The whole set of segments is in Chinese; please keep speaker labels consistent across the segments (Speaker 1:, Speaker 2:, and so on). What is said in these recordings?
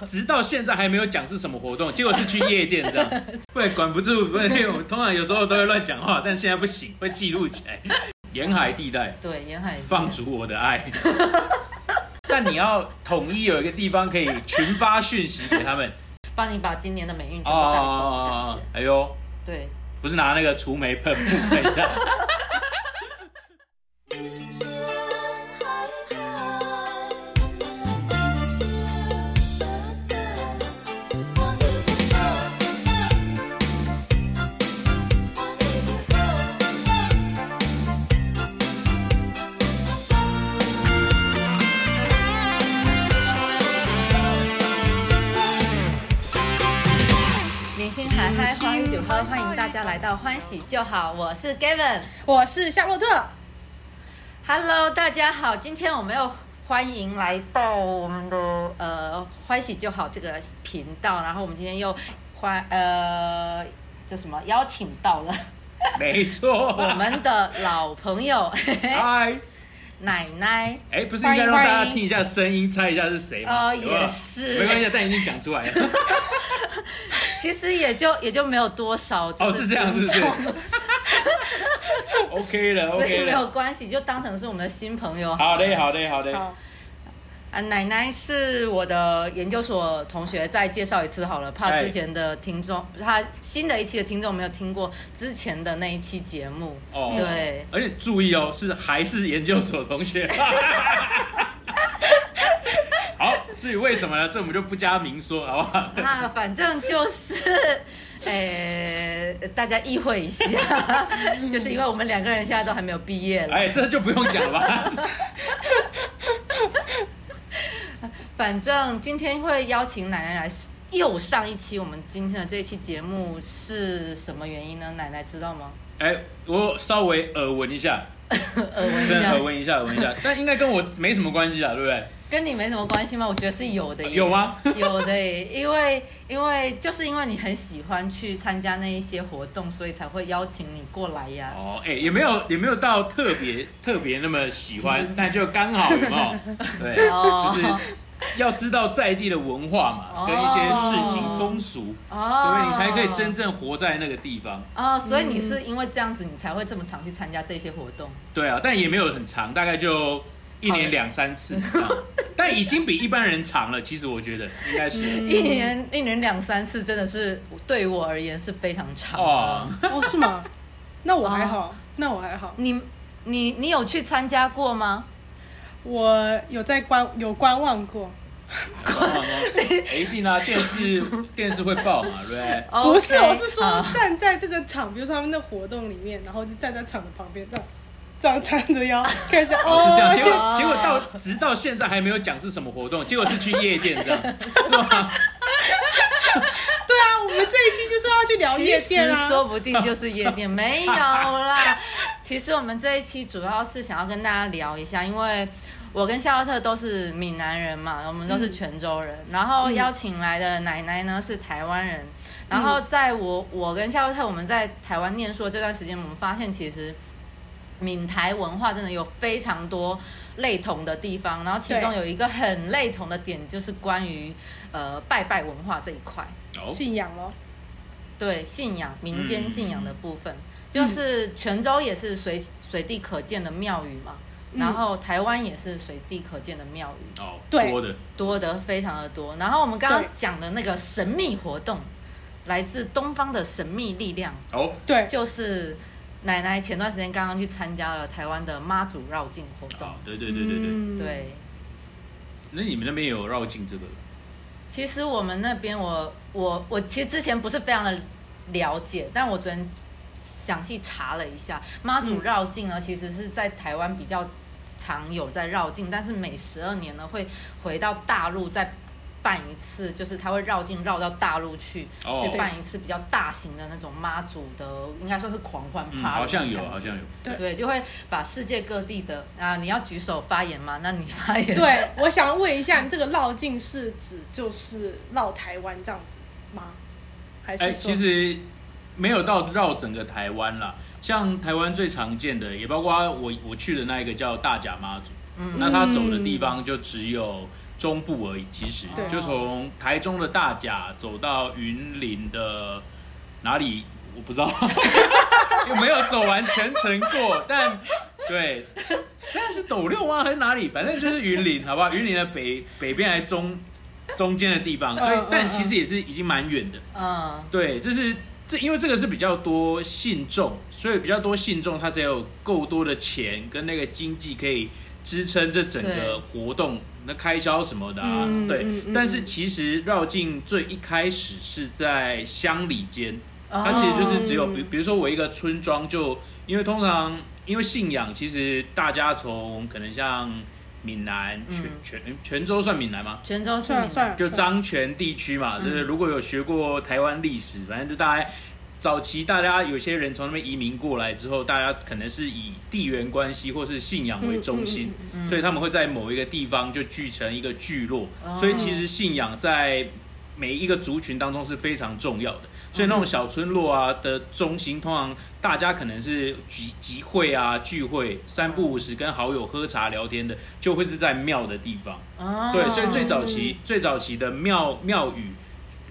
Speaker 1: 直到现在还没有讲是什么活动，结果是去夜店这 样，不然管不住。不然我通常有时候都会乱讲话，但现在不行，会记录 起来。沿海地带
Speaker 2: 对，沿海
Speaker 1: 放逐我的 爱，但你要统一有一个地方可以群发讯息给他 们
Speaker 2: 帮你把今年的霉
Speaker 1: 哦
Speaker 2: 运全部带走的感觉。
Speaker 1: 哎呦，
Speaker 2: 对，
Speaker 1: 不是拿那个除霉喷雾喷一下。
Speaker 3: 一声嗨嗨，一声哒哒，我一个哒哒，我一个哒哒。
Speaker 2: 明星还嗨，欢迎酒喝，欢迎大家来到欢喜就好，我是 Gavin。
Speaker 4: 我是夏洛特，
Speaker 2: Hello，大家好，今天我们又欢迎来到我们的呃欢喜就好这个频道，然后我们今天又欢呃叫什么邀请到了
Speaker 1: 没错，
Speaker 2: 我们的老朋友
Speaker 1: 嗨，
Speaker 2: 奶奶，
Speaker 1: 哎，不是应该让大家听一下声音，猜一下是谁吗？
Speaker 2: 呃
Speaker 1: 有没有
Speaker 2: 也是
Speaker 1: 没关系，但已经讲出来了。
Speaker 2: 其实也就也就没有多少， 就
Speaker 1: 哦，是这样，是不是？OK 了
Speaker 2: 所以
Speaker 1: ，OK
Speaker 2: 没
Speaker 1: 了
Speaker 2: 有。关系，就当成是我们的新朋友
Speaker 1: 好嘞，好嘞，好嘞。
Speaker 4: 好，
Speaker 2: 啊，奶奶是我的研究所同学，再介绍一次好了，怕
Speaker 1: 哎
Speaker 2: 之前的听众，怕新的一期的听众没有听过之前的那一期节目。
Speaker 1: 哦
Speaker 2: 对，
Speaker 1: 而且注意哦，是还是研究所同学。 好，至于为什么呢？这我们就不加明说，好不好？
Speaker 2: 那反正就是， 呃，大家意会一下， 就是因为我们两个人现在都还没有毕业了，
Speaker 1: 哎，这就不用讲了吧？
Speaker 2: 反正今天会邀请奶奶来。又上一期，我们今天的这一期节目是什么原因呢？奶奶知道吗？
Speaker 1: 哎，我稍微耳闻一下，
Speaker 2: 耳闻一
Speaker 1: 真的
Speaker 2: 下
Speaker 1: 耳，闻一下，耳闻一下，但应该跟我没什么关系啊，对不对？
Speaker 2: 跟你没什么关系吗？我觉得是有的耶，
Speaker 1: 呃有吗？
Speaker 2: 有的耶，因为因为就是因为你很喜欢去参加那一些活动，所以才会邀请你过来呀。
Speaker 1: 哦，哎，也没有，也没有到特别特别那么喜欢，但就刚好，有没有？对，
Speaker 2: 嗯哦
Speaker 1: 就是要知道在地的文化嘛，跟一些事情
Speaker 2: 哦
Speaker 1: 风俗，对不
Speaker 2: 哦
Speaker 1: 对？你才可以真嗯正活在那个地方。
Speaker 2: 哦，所以你是因为这样子，你才会这么常去参加这些活动。
Speaker 1: 对啊，但也没有很长，大概就一年两三次这样，但已经比一般人长了。其实我觉得应该是
Speaker 2: 一年一年两三次，真的是对我而言是非常长的。
Speaker 1: 哦，
Speaker 4: 哦是吗？ 那我还好，那我还好，
Speaker 2: 你你你有去参加过吗？
Speaker 4: 我有在观有观望过，
Speaker 1: 哦哎一定啊，电视电视会报嘛，对不对？
Speaker 4: 不是，
Speaker 2: 哦 OK，
Speaker 4: 我是说
Speaker 2: 好
Speaker 4: 站在这个场，比如说他们的活动里面，然后就站在场的旁边，这样这样缠着腰看一下，
Speaker 1: 哦，是这样，
Speaker 4: 而
Speaker 1: 结
Speaker 4: 且
Speaker 1: 果结果到直到现在还没有讲是什么活动，结果是去夜店这样，是吗？
Speaker 4: 对啊，我们这一期就是要去聊
Speaker 2: 其
Speaker 4: 夜
Speaker 2: 实
Speaker 4: 店啊，
Speaker 2: 说不定就是夜店，没有 啦。其实我们这一期主要是想要跟大家聊一下，因为我跟夏洛特都是闽南人嘛，我们都是泉州人，然后邀请来的奶奶呢是台湾人。然后在我我跟夏洛特我们在台湾念书的这段时间，我们发现其实闽台文化真的有非常多类同的地方，然后其中
Speaker 4: 对
Speaker 2: 有一个很类同的点就是关于呃拜拜文化这一块。
Speaker 1: 哦，
Speaker 4: 信仰咯。
Speaker 2: 对信仰、民间信仰的部分，就是泉州也是随随地可见的庙宇嘛，然后台湾也是随地可见的庙宇，
Speaker 1: 哦，
Speaker 4: 对
Speaker 1: 多的，
Speaker 2: 多得非常的多。然后我们刚刚
Speaker 4: 对
Speaker 2: 讲的那个神秘活动，来自东方的神秘力量，
Speaker 1: 哦，
Speaker 4: 对，
Speaker 2: 就是奶奶前段时间刚刚去参加了台湾的妈祖绕境活动，
Speaker 1: 哦，对对对对对，
Speaker 4: 嗯，
Speaker 2: 对。
Speaker 1: 那你们那边有绕境这个？
Speaker 2: 其实我们那边我，我我其实之前不是非常的了解，但我昨天详细查了一下，妈祖绕境呢，其实是在台湾比较常有在绕境，但是每十二年呢会回到大陆再办一次，就是他会绕境绕到大陆去、
Speaker 1: 哦
Speaker 2: 去办一次比较大型的那种妈祖的，应该算是狂欢
Speaker 1: 嗯，
Speaker 2: 趴、
Speaker 1: 好像有，好。像有，
Speaker 4: 对
Speaker 2: 对，就会把世界各地的啊，你要举手发言吗？那你发言。
Speaker 4: 对，我想问一下，你这个绕境是指就是绕台湾这样子吗？还是
Speaker 1: 哎、
Speaker 4: 说
Speaker 1: 其实没有到绕整个台湾啦，像台湾最常见的，
Speaker 4: 嗯
Speaker 1: 也包括我我去的那一个叫大甲妈祖，那他走的地方就只有中部而已，其实
Speaker 4: 对
Speaker 1: 就从台中的大甲走到云林的哪里，我不知 道有没有走完全程过，但对，但是斗六啊湾还是哪里，反正就是云林，好不好？云林的北北边还中中间的地方，所以
Speaker 4: 嗯嗯
Speaker 1: 但
Speaker 4: 嗯
Speaker 1: 其实也是已经蛮远的。
Speaker 2: 嗯，
Speaker 1: 对，这是这因为这个是比较多信众，所以比较多信众，他才有够多的钱跟那个经济可以支撑这整个活动那开销什么的啊。
Speaker 4: 嗯
Speaker 1: 对，
Speaker 4: 嗯嗯
Speaker 1: 但是其实绕境最一开始是在乡里间，它
Speaker 2: 它
Speaker 1: 其实就是只有
Speaker 4: 哦
Speaker 1: 比比如说我一个村庄就，因为通常因为信仰，其实大家从可能像闽南、泉
Speaker 2: 嗯
Speaker 1: 泉泉州算闽南吗？
Speaker 2: 泉州是
Speaker 4: 算了
Speaker 2: 闽
Speaker 4: 算了，
Speaker 1: 就漳泉地区嘛，就是如果有学过台湾历史，反正就大概早期大家有些人从那边移民过来之后，大家可能是以地缘关系或是信仰为中心，所以他们会在某一个地方就聚成一个聚落，
Speaker 2: 哦
Speaker 1: 所以其实信仰在每一个族群当中是非常重要的。所以那种小村落啊的中心，通常大家可能是集集会啊、聚会、三不五时跟好友喝茶聊天的，就会是在庙的地方。
Speaker 2: 哦
Speaker 1: 对，所以最早期最早期的庙庙宇，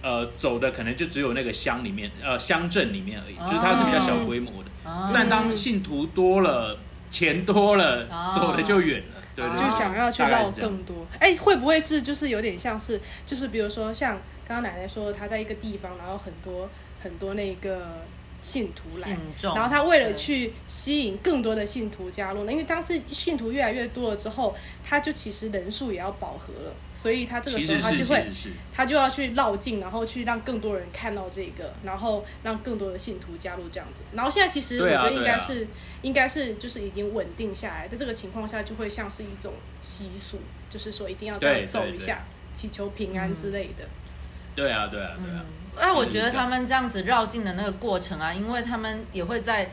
Speaker 1: 呃，走的可能就只有那个乡里面，呃，乡镇里面而已，
Speaker 2: 哦
Speaker 1: 就是它是比较小规模的。
Speaker 2: 哦
Speaker 1: 但当信徒多了，钱多了，
Speaker 2: 哦
Speaker 1: 走的就远了。对对
Speaker 4: 就
Speaker 1: 对，
Speaker 2: 哦
Speaker 4: 想要去
Speaker 1: 大概
Speaker 4: 绕
Speaker 1: 是这样
Speaker 4: 更多。哎、会不会是就是有点像是就是比如说像刚刚奶奶说，她在一个地方，然后很多很多那个信徒来
Speaker 2: 信。众，
Speaker 4: 然后他为了
Speaker 2: 对
Speaker 4: 去吸引更多的信徒加入呢，因为当时信徒越来越多了之后，他就其实人数也要饱和了，所以他这个
Speaker 1: 其
Speaker 4: 时
Speaker 1: 实
Speaker 4: 候他
Speaker 1: 是
Speaker 4: 就
Speaker 1: 其
Speaker 4: 会
Speaker 1: 实是。
Speaker 4: 他就要去绕境，然后去让更多人看到这个，然后让更多的信徒加入这样子。然后现在其实我
Speaker 1: 对啊
Speaker 4: 觉得应
Speaker 1: 对啊
Speaker 4: 该是、应该是就是已经稳定下来，在这个情况下就会像是一种习俗，就是说一定要这
Speaker 1: 对
Speaker 4: 样走
Speaker 1: 对
Speaker 4: 一下，祈求平安之类的。
Speaker 1: 对啊，对啊，对啊。
Speaker 2: 哎，我觉得他们这样子绕境的那个过程啊，因为他们也会在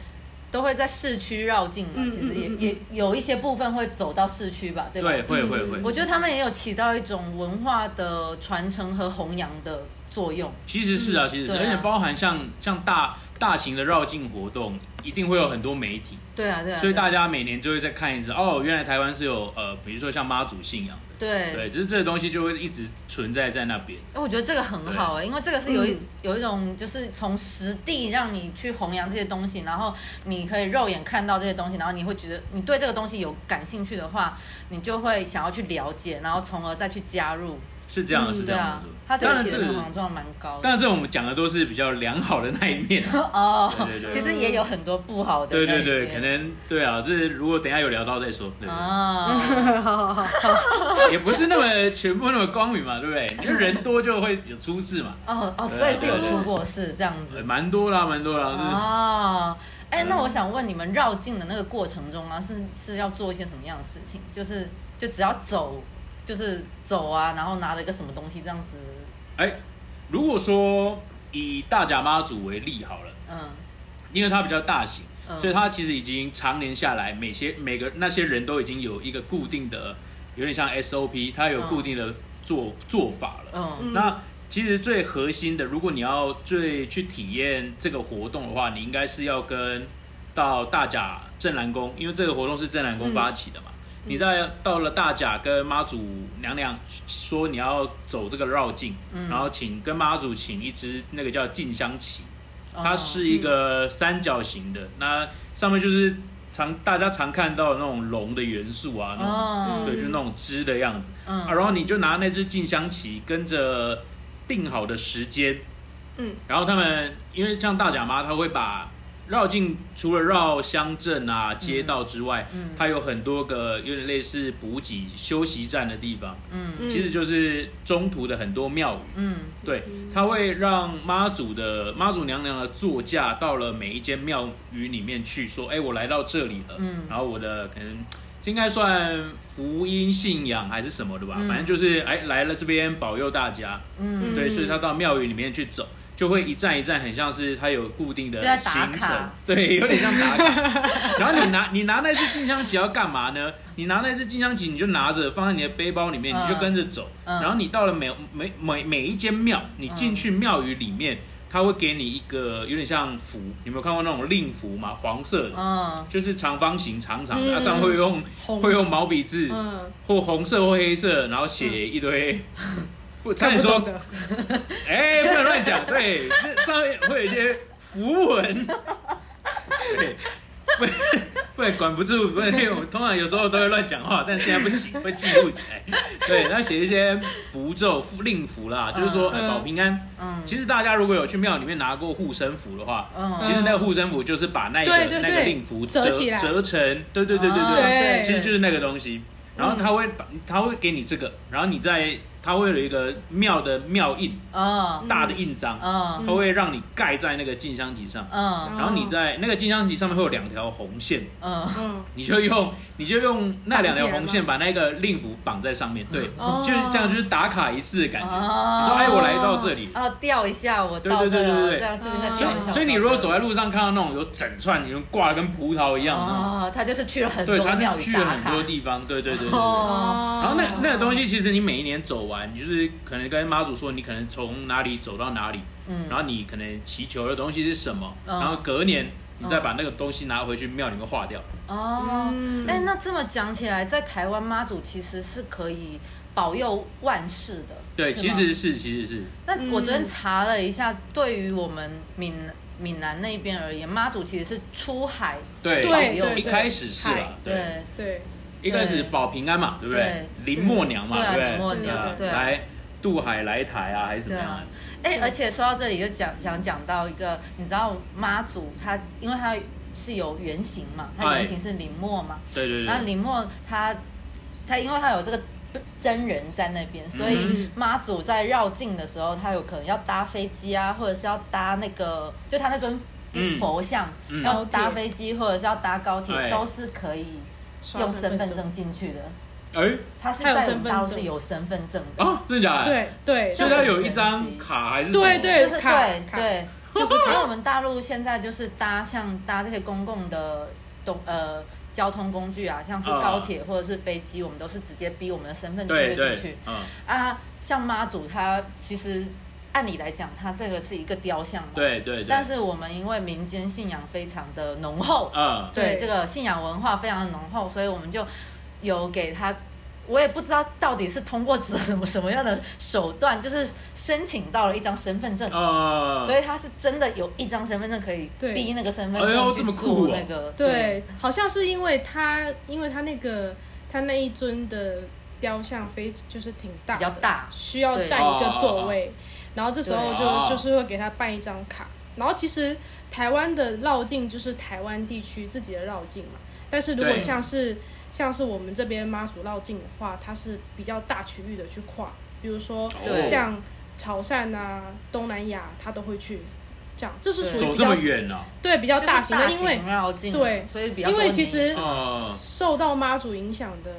Speaker 2: 都会在市区绕境嘛，
Speaker 4: 嗯
Speaker 2: 其实也、
Speaker 4: 嗯嗯嗯
Speaker 2: 也有一些部分会走到市区吧，对吧？嗯
Speaker 1: 对，会会会。
Speaker 2: 我觉得他们也有起到一种文化的传承和弘扬的作用。
Speaker 1: 其实是啊，其实是，
Speaker 2: 对啊
Speaker 1: 而且包含像像大大型的绕境活动，一定会有很多媒体，
Speaker 2: 对啊，对啊。
Speaker 1: 所以
Speaker 2: 对啊
Speaker 1: 大家每年就会再看一次。哦，原来台湾是有呃，比如说像妈祖信仰的。
Speaker 2: 对
Speaker 1: 对，啊只是这个东西就会一直存在在那边。
Speaker 2: 哎，我觉得这个很好哎、因为这个是有一、有一种就是从实地让你去弘扬这些东西，然后你可以肉眼看到这些东西，然后你会觉得你对这个东西有感兴趣的话，你就会想要去了解，然后从而再去加入。
Speaker 1: 是这样的，是这
Speaker 2: 对
Speaker 1: 样
Speaker 2: 啊
Speaker 1: 的。，
Speaker 2: 它这
Speaker 1: 当
Speaker 2: 个
Speaker 1: 然
Speaker 2: 起
Speaker 1: 这
Speaker 2: 的
Speaker 1: 个
Speaker 2: 那个防撞蛮高
Speaker 1: 当
Speaker 2: 的。
Speaker 1: 然，这种我们讲的都是比较良好的那一面。啊
Speaker 2: 哦
Speaker 1: 对对对
Speaker 2: 其实也有很多不好的那
Speaker 1: 对
Speaker 2: 一面。
Speaker 1: 对对，可能对啊，这如果等一下有聊到再说，对不
Speaker 2: 啊，
Speaker 4: 好好好好，
Speaker 1: 对？也不是那么全部那么光明嘛，对不 对？因为人多就会有出事嘛，
Speaker 2: 哦
Speaker 1: 对啊
Speaker 2: 哦，所以是有
Speaker 1: 对啊
Speaker 2: 出过事这样子
Speaker 1: 呃。蛮多啦，蛮多啦。
Speaker 2: 哦，哎、
Speaker 1: 嗯
Speaker 2: 那我想问你们绕境的那个过程中啊，是是要做一些什么样的事情？就是就只要走，就是走啊，然后拿着一个什么东西这样子，
Speaker 1: 就是哎，如果说以大甲妈祖为例好了，
Speaker 2: 嗯，
Speaker 1: 因为它比较大型，
Speaker 2: 嗯
Speaker 1: 所以它其实已经常年下来，每些每个那些人都已经有一个固定的，有点像 SOP，它有固定的做、做法了。
Speaker 2: 嗯
Speaker 4: 嗯
Speaker 1: 那其实最核心的，如果你要最去体验这个活动的话，你应该是要跟到大甲镇南宫，因为这个活动是镇南宫发起的嘛。你在到了大甲跟妈祖娘娘说你要走这个绕境，嗯
Speaker 2: 嗯
Speaker 1: 然后请跟妈祖请一支那个叫进香旗，
Speaker 2: 哦
Speaker 1: 它是一个三角形的，那上面就是常大家常看到的那种龙的元素啊，那种
Speaker 2: 哦，
Speaker 1: 对，就是那种枝的样子。
Speaker 2: 嗯
Speaker 1: 啊，然后你就拿那只静香旗，跟着定好的时间，
Speaker 4: 嗯，
Speaker 1: 然后他们因为像大甲妈，她会把绕境除了绕乡镇啊、街道之外，
Speaker 2: 嗯
Speaker 1: 它有很多个有点类似补给休息站的地方，
Speaker 2: 嗯
Speaker 1: 其实就是中途的很多庙宇。
Speaker 2: 嗯
Speaker 1: 对，它会让妈祖的妈祖娘娘的座驾到了每一间庙宇里面去，说：“哎、我来到这里了。”
Speaker 2: 嗯
Speaker 1: 然后我的可能这应该算福音信仰还是什么的吧，
Speaker 2: 嗯
Speaker 1: 反正就是哎来了这边保佑大家。
Speaker 2: 嗯，
Speaker 1: 对，所以他到庙宇里面去走。就会一站一站，很像是它有固定的
Speaker 2: 就在打
Speaker 1: 行程
Speaker 2: 卡，
Speaker 1: 对，有点像打 卡。然后你拿你拿那只静香旗要干嘛呢？你拿那只静香旗，你就拿着放在你的背包里面，
Speaker 2: 嗯
Speaker 1: 你就跟着走。
Speaker 2: 嗯
Speaker 1: 然后你到了每每每每一间庙，你进去庙宇里面，它会给你一个有点像符，你有没有看过那种令符嘛？黄色的，
Speaker 2: 嗯，
Speaker 1: 就是长方形长长
Speaker 4: 嗯
Speaker 1: 的，它啊上面会用
Speaker 4: 红
Speaker 1: 会用毛笔字，
Speaker 4: 嗯，
Speaker 1: 或红色或黑色，然后
Speaker 2: 嗯
Speaker 1: 写一 堆。不，差点
Speaker 4: 看
Speaker 1: 说
Speaker 4: 不嗯懂，的，
Speaker 1: 哎、不能乱讲，对，是上面会有一些符文，对，不不能管不住，不能，我通常有时候都会乱讲话，但现在不行，会记录起来，对，然后写一些符咒、符令符啦，就是说，哎、
Speaker 4: 嗯
Speaker 1: 保平安。
Speaker 2: 嗯
Speaker 1: 其实大家如果有去庙里面拿过护身符的话，
Speaker 2: 嗯
Speaker 1: 其实那个护身符就是把那个
Speaker 4: 对对
Speaker 1: 那个
Speaker 4: 对
Speaker 1: 令符
Speaker 4: 折起来哦
Speaker 1: 折成，对对对对
Speaker 2: 啊
Speaker 1: 对，
Speaker 4: 对
Speaker 1: 其实就是那个东西。然后他会把他会给你这个，然后你在他会有一个庙的庙印，
Speaker 2: 嗯
Speaker 1: 大的印章，
Speaker 2: 嗯
Speaker 1: 它会让你盖在那个静香集上，
Speaker 2: 嗯
Speaker 1: 然后你在那个静香集上面会有两条红线，
Speaker 2: 嗯，
Speaker 4: 嗯，
Speaker 1: 你就用你就用那两条红
Speaker 4: 绑起来
Speaker 1: 线
Speaker 4: 吗
Speaker 1: 把那个令符绑在上面，对，
Speaker 4: 哦
Speaker 1: 就是这样，就是打卡一次的感觉。
Speaker 2: 哦
Speaker 1: 你说哎，我来到这里。
Speaker 2: 哦，调一下，我到
Speaker 1: 对
Speaker 2: 这
Speaker 1: 对对对
Speaker 2: 了，
Speaker 1: 对
Speaker 2: 这样这边再
Speaker 1: 所
Speaker 2: 调一下。
Speaker 1: 以，所以你如果走
Speaker 2: 来，
Speaker 1: 在路上看到那种有整串，你们挂的跟葡萄一样的那种，
Speaker 2: 哦，他就是去了很
Speaker 1: 对，
Speaker 2: 多
Speaker 1: 它
Speaker 2: 庙宇
Speaker 1: 去了
Speaker 2: 打卡
Speaker 1: 很多，地方，对对对对对。
Speaker 2: 哦，
Speaker 1: 然后那那个东西，其实你每一年走完，你就是可能跟妈祖说，你可能从哪里走到哪里，
Speaker 2: 嗯
Speaker 1: 然后你可能祈求的东西是什么，
Speaker 2: 嗯
Speaker 1: 然后隔年你再把那个东西拿回去庙里面化掉。
Speaker 2: 哦，
Speaker 4: 嗯，
Speaker 2: 哎，那这么讲起来，在台湾妈祖其实是可以保佑万事的。
Speaker 1: 对，
Speaker 2: 是
Speaker 1: 其
Speaker 2: 吗
Speaker 1: 实是其实是
Speaker 2: 那我昨天
Speaker 4: 嗯
Speaker 2: 查了一下，对于我们闽闽南那边而言，妈祖其实是出海，
Speaker 1: 对
Speaker 4: 对
Speaker 2: 对
Speaker 1: 一
Speaker 4: 对
Speaker 1: 开始是啦，对，
Speaker 2: 对
Speaker 4: 对，
Speaker 1: 一开始保平安嘛，对不对？林默娘嘛，
Speaker 2: 对啊
Speaker 1: 对
Speaker 2: 林
Speaker 1: 不
Speaker 2: 默
Speaker 1: 对？
Speaker 2: 娘
Speaker 1: 啊
Speaker 2: 对
Speaker 1: 来渡海来台啊，还是怎么样啊？
Speaker 2: 哎、而且说到这里，就讲想讲到一个，你知道妈祖它，因为它是有原型嘛，它
Speaker 1: 哎
Speaker 2: 原型是林默嘛，
Speaker 1: 对对
Speaker 2: 啊那
Speaker 1: 对，
Speaker 2: 林默他他因为他有这个真人在那边，所以
Speaker 4: 嗯
Speaker 2: 妈祖在绕境的时候，他有可能要搭飞机啊，或者是要搭那个，就他那尊
Speaker 1: 嗯
Speaker 2: 佛像、
Speaker 1: 嗯
Speaker 2: 要搭
Speaker 4: 高铁
Speaker 2: 飞机或者是要搭高铁，
Speaker 1: 哎
Speaker 2: 都是可以用身份证进去的。
Speaker 1: 哎
Speaker 2: 他是
Speaker 4: 他有
Speaker 2: 在我
Speaker 4: 身
Speaker 2: 们
Speaker 4: 份
Speaker 2: 大陆
Speaker 4: 证
Speaker 2: 是有身份证的，
Speaker 1: 啊，真的假的？，
Speaker 4: 对对，
Speaker 1: 所以
Speaker 2: 就
Speaker 1: 它
Speaker 2: 很
Speaker 1: 有一
Speaker 2: 神
Speaker 1: 张
Speaker 2: 奇
Speaker 1: 卡还是
Speaker 4: 对
Speaker 1: 什么
Speaker 4: 对
Speaker 2: 就是
Speaker 4: 卡
Speaker 2: 对
Speaker 4: 卡
Speaker 2: 对，就是因为我们大陆现在就是搭像搭这些公共的东呃交通工具啊，像是
Speaker 1: 啊
Speaker 2: 高铁或者是飞机，我们都是直接逼我们的身份证
Speaker 1: 对
Speaker 2: 列进
Speaker 1: 对
Speaker 2: 去，
Speaker 1: 嗯，
Speaker 2: 啊。像妈祖她其实按理来讲，她这个是一个雕像嘛，。
Speaker 1: 对对对，
Speaker 2: 但是我们因为民间信仰非常的浓厚，
Speaker 1: 嗯，
Speaker 2: 对
Speaker 4: 对
Speaker 2: 这个信仰文化非常的浓厚，所以我们就有给他，我也不知道到底是通过什么什么样的手段，就是申请到了一张身份证，
Speaker 1: 呃，
Speaker 2: 所以他是真的有一张身份证可以
Speaker 4: 对
Speaker 2: 逼那个身份
Speaker 1: 哎呦
Speaker 2: 证
Speaker 1: 这
Speaker 2: 去
Speaker 1: 么酷
Speaker 2: 做
Speaker 1: 哦
Speaker 2: 那个，
Speaker 4: 对，好像是因为他，因为他那个他那一尊的雕像非就是挺大，
Speaker 2: 比较，大，
Speaker 4: 需要
Speaker 2: 对
Speaker 4: 占一个座位，然后这时候
Speaker 1: 对哦
Speaker 4: 就就是会给他办一张卡，然后其实台湾的绕境就是台湾地区自己的绕境嘛，但是如果
Speaker 1: 对
Speaker 4: 像是像是我们这边妈祖绕境的话，它是比较大区域的去跨，比如说
Speaker 1: 对
Speaker 4: 像潮汕啊、东南亚，他都会去，这样这是属于
Speaker 1: 走
Speaker 4: 比
Speaker 1: 这么
Speaker 4: 较
Speaker 1: 远啊呢？
Speaker 4: 对比较
Speaker 2: 就是
Speaker 4: 大型的，因为
Speaker 2: 型绕境，
Speaker 4: 对
Speaker 2: 所以比较
Speaker 4: 因为
Speaker 2: 多
Speaker 4: 其
Speaker 2: 年
Speaker 4: 实
Speaker 2: 纪
Speaker 1: 哦，
Speaker 4: 受到妈祖影响的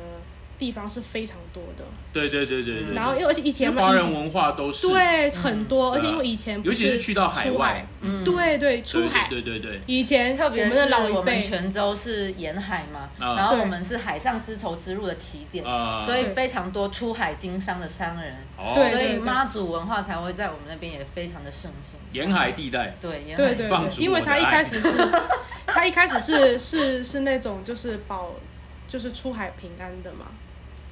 Speaker 4: 地方是非常多的。
Speaker 1: 对对对对对，
Speaker 4: 然后，因为而且以前
Speaker 1: 华
Speaker 4: 以
Speaker 1: 人
Speaker 4: 前
Speaker 1: 文化都是，
Speaker 4: 对很多，
Speaker 1: 对
Speaker 4: 而
Speaker 1: 啊
Speaker 4: 且因为以前不
Speaker 1: 尤其是去到海
Speaker 4: 海
Speaker 1: 外，
Speaker 2: 嗯，
Speaker 4: 对对，出
Speaker 1: 对
Speaker 4: 海。
Speaker 1: 对对对对，
Speaker 4: 以前
Speaker 2: 特别
Speaker 4: 我
Speaker 2: 是
Speaker 4: 们的老
Speaker 2: 我
Speaker 4: 一
Speaker 2: 们
Speaker 4: 辈，
Speaker 2: 泉州是沿海嘛，
Speaker 1: 啊
Speaker 2: 然后我
Speaker 4: 对
Speaker 2: 们是海上丝绸之路的起点，
Speaker 1: 啊，
Speaker 2: 所以
Speaker 4: 对
Speaker 2: 非常多出海经商的商人，
Speaker 1: 哦
Speaker 4: 对
Speaker 2: 所以妈祖文化才会在我们那边也非常的盛行。
Speaker 1: 沿海地带，
Speaker 2: 对，沿海
Speaker 4: 对对
Speaker 1: 放逐
Speaker 4: 对，因为
Speaker 1: 我的
Speaker 4: 他一
Speaker 1: 爱
Speaker 4: 开始是， 他一开始是是是那种就是保，就是出海平安的嘛。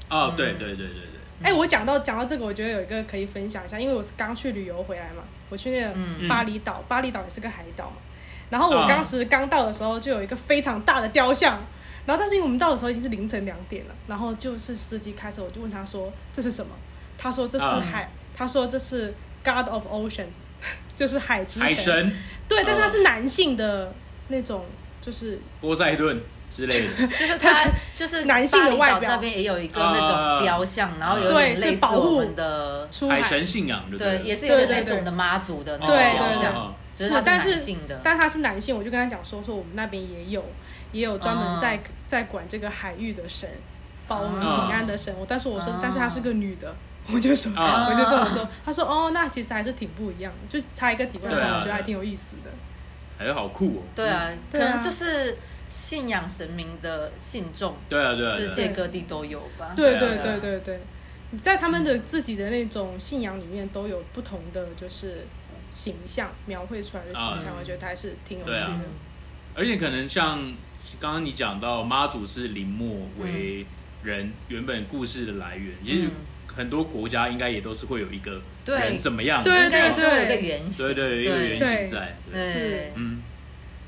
Speaker 1: 哦，对
Speaker 2: 嗯
Speaker 1: 对对对对，
Speaker 4: 哎，我讲到讲到这个，我觉得有一个可以分享一下，因为我是刚去旅游回来嘛，我去那
Speaker 2: 嗯
Speaker 4: 个巴厘岛，巴厘岛也是个海岛嘛。然后我
Speaker 1: 啊
Speaker 4: 当时刚到的时候，就有一个非常大的雕像，然后但是因为我们到的时候已经是凌晨两点了，然后就是司机开车，我就问他说这是什么？他说这是
Speaker 1: 啊
Speaker 4: 海，他说这是 God of Ocean，就是 海之
Speaker 1: 海神
Speaker 4: 对，但是他
Speaker 1: 哦
Speaker 4: 是男性的那种，就是
Speaker 1: 波塞顿之类的，
Speaker 2: 就是它，就是
Speaker 4: 男性的
Speaker 2: 巴厘岛
Speaker 4: 外表
Speaker 2: 那边也有一个那
Speaker 1: 啊
Speaker 2: 种雕像，然后有
Speaker 4: 对
Speaker 2: 点
Speaker 4: 是
Speaker 2: 类似
Speaker 4: 保护
Speaker 2: 我们的，
Speaker 4: 出海
Speaker 1: 海神信仰，对不哦
Speaker 2: 对，
Speaker 1: 对？
Speaker 2: 也
Speaker 1: 是
Speaker 2: 是有点
Speaker 4: 对对
Speaker 2: 类似我们的妈祖的那种
Speaker 4: 对
Speaker 2: 雕
Speaker 4: 对
Speaker 2: 像，只是
Speaker 4: 是
Speaker 2: 它
Speaker 4: 但
Speaker 2: 是
Speaker 4: 是
Speaker 2: 男性的。
Speaker 4: 但他是男性，我就跟他讲说，说我们那边也有，也有专门在、
Speaker 2: 哦
Speaker 4: 在管这个海域的神，保我们
Speaker 1: 哦
Speaker 4: 平安的神。我但是我说，
Speaker 2: 哦
Speaker 4: 但是她是个女的，我就说，
Speaker 1: 啊
Speaker 4: 我就这么说。他说，哦，那其实还是挺不一样的，就差一个体外
Speaker 1: 对啊
Speaker 4: 我觉得还挺有意思的。
Speaker 1: 哎，好酷哦，
Speaker 2: 对啊，可
Speaker 4: 对啊
Speaker 2: 能就是信仰神明的信众，
Speaker 1: 对啊对啊，
Speaker 2: 世
Speaker 1: 对啊
Speaker 2: 界各地都有吧？
Speaker 4: 对
Speaker 1: 对
Speaker 4: 对
Speaker 1: 啊
Speaker 4: 对对对，在他们的自己的那种信仰里面都有不同的，就是形象描绘出来的形象，
Speaker 2: 啊
Speaker 4: 我觉得还是挺有趣
Speaker 1: 哦对
Speaker 2: 嗯
Speaker 4: 的。
Speaker 1: 啊而且可能像刚刚你讲到妈祖是林默
Speaker 4: 嗯
Speaker 1: 为人原本故事的来源，其实
Speaker 2: 嗯
Speaker 1: 很多国家应该也都是会有一个
Speaker 2: 对
Speaker 1: 人怎么样的，
Speaker 4: 对
Speaker 2: 应该
Speaker 4: 对
Speaker 2: 也是会有一个原型，
Speaker 1: 对对，一个原型在，对
Speaker 2: 对
Speaker 4: 是
Speaker 1: 嗯，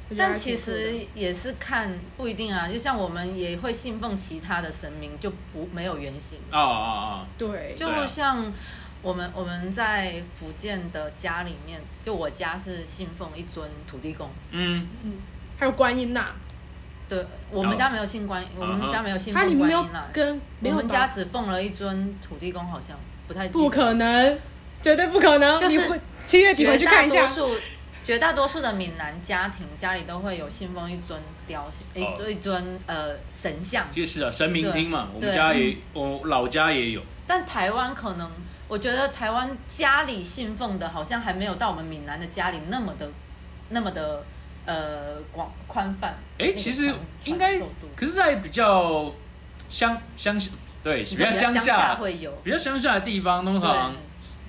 Speaker 4: 我觉得还
Speaker 2: 但其
Speaker 4: 挺酷的
Speaker 2: 实也是看不一定啊，就像我们也会信奉其他的神明，就不没有原型，
Speaker 1: 啊啊啊，
Speaker 4: 对，
Speaker 2: 就
Speaker 1: 对啊
Speaker 2: 像我们我们在福建的家里面，就我家是信奉一尊土地公，
Speaker 1: 嗯，
Speaker 4: 还有观音呐，
Speaker 2: 对我
Speaker 1: 哦
Speaker 2: 们家没有信观，我
Speaker 1: 嗯
Speaker 2: 们家没有信
Speaker 4: 他你
Speaker 2: 奉观
Speaker 4: 们没有
Speaker 2: 音啦，
Speaker 4: 跟
Speaker 2: 我
Speaker 4: 没有
Speaker 2: 们
Speaker 4: 吧
Speaker 2: 家只奉了一尊土地公，好像不太记得
Speaker 4: 不可能，绝对不可能，
Speaker 2: 就是
Speaker 4: 你会七月底回
Speaker 2: 绝
Speaker 4: 去看
Speaker 2: 大
Speaker 4: 一下
Speaker 2: 多。数绝大多数的闽南家庭家里都会有信奉一尊雕像，一
Speaker 1: 哦
Speaker 2: 尊一尊呃神像，
Speaker 1: 其实啊，神明厅嘛，我
Speaker 2: 对嗯
Speaker 1: 们家也，我老家也有，
Speaker 2: 但台湾可能我觉得台湾家里信奉的好像还没有到我们闽南的家里那么的那么的呃广宽泛。
Speaker 1: 哎，其
Speaker 2: 那
Speaker 1: 实
Speaker 2: 个传
Speaker 1: 应该
Speaker 2: 传授度，
Speaker 1: 可是在比较乡乡下，对，
Speaker 2: 你
Speaker 1: 比
Speaker 2: 说
Speaker 1: 较
Speaker 2: 比
Speaker 1: 乡
Speaker 2: 乡
Speaker 1: 下，
Speaker 2: 会有，
Speaker 1: 比较乡下的地方，通常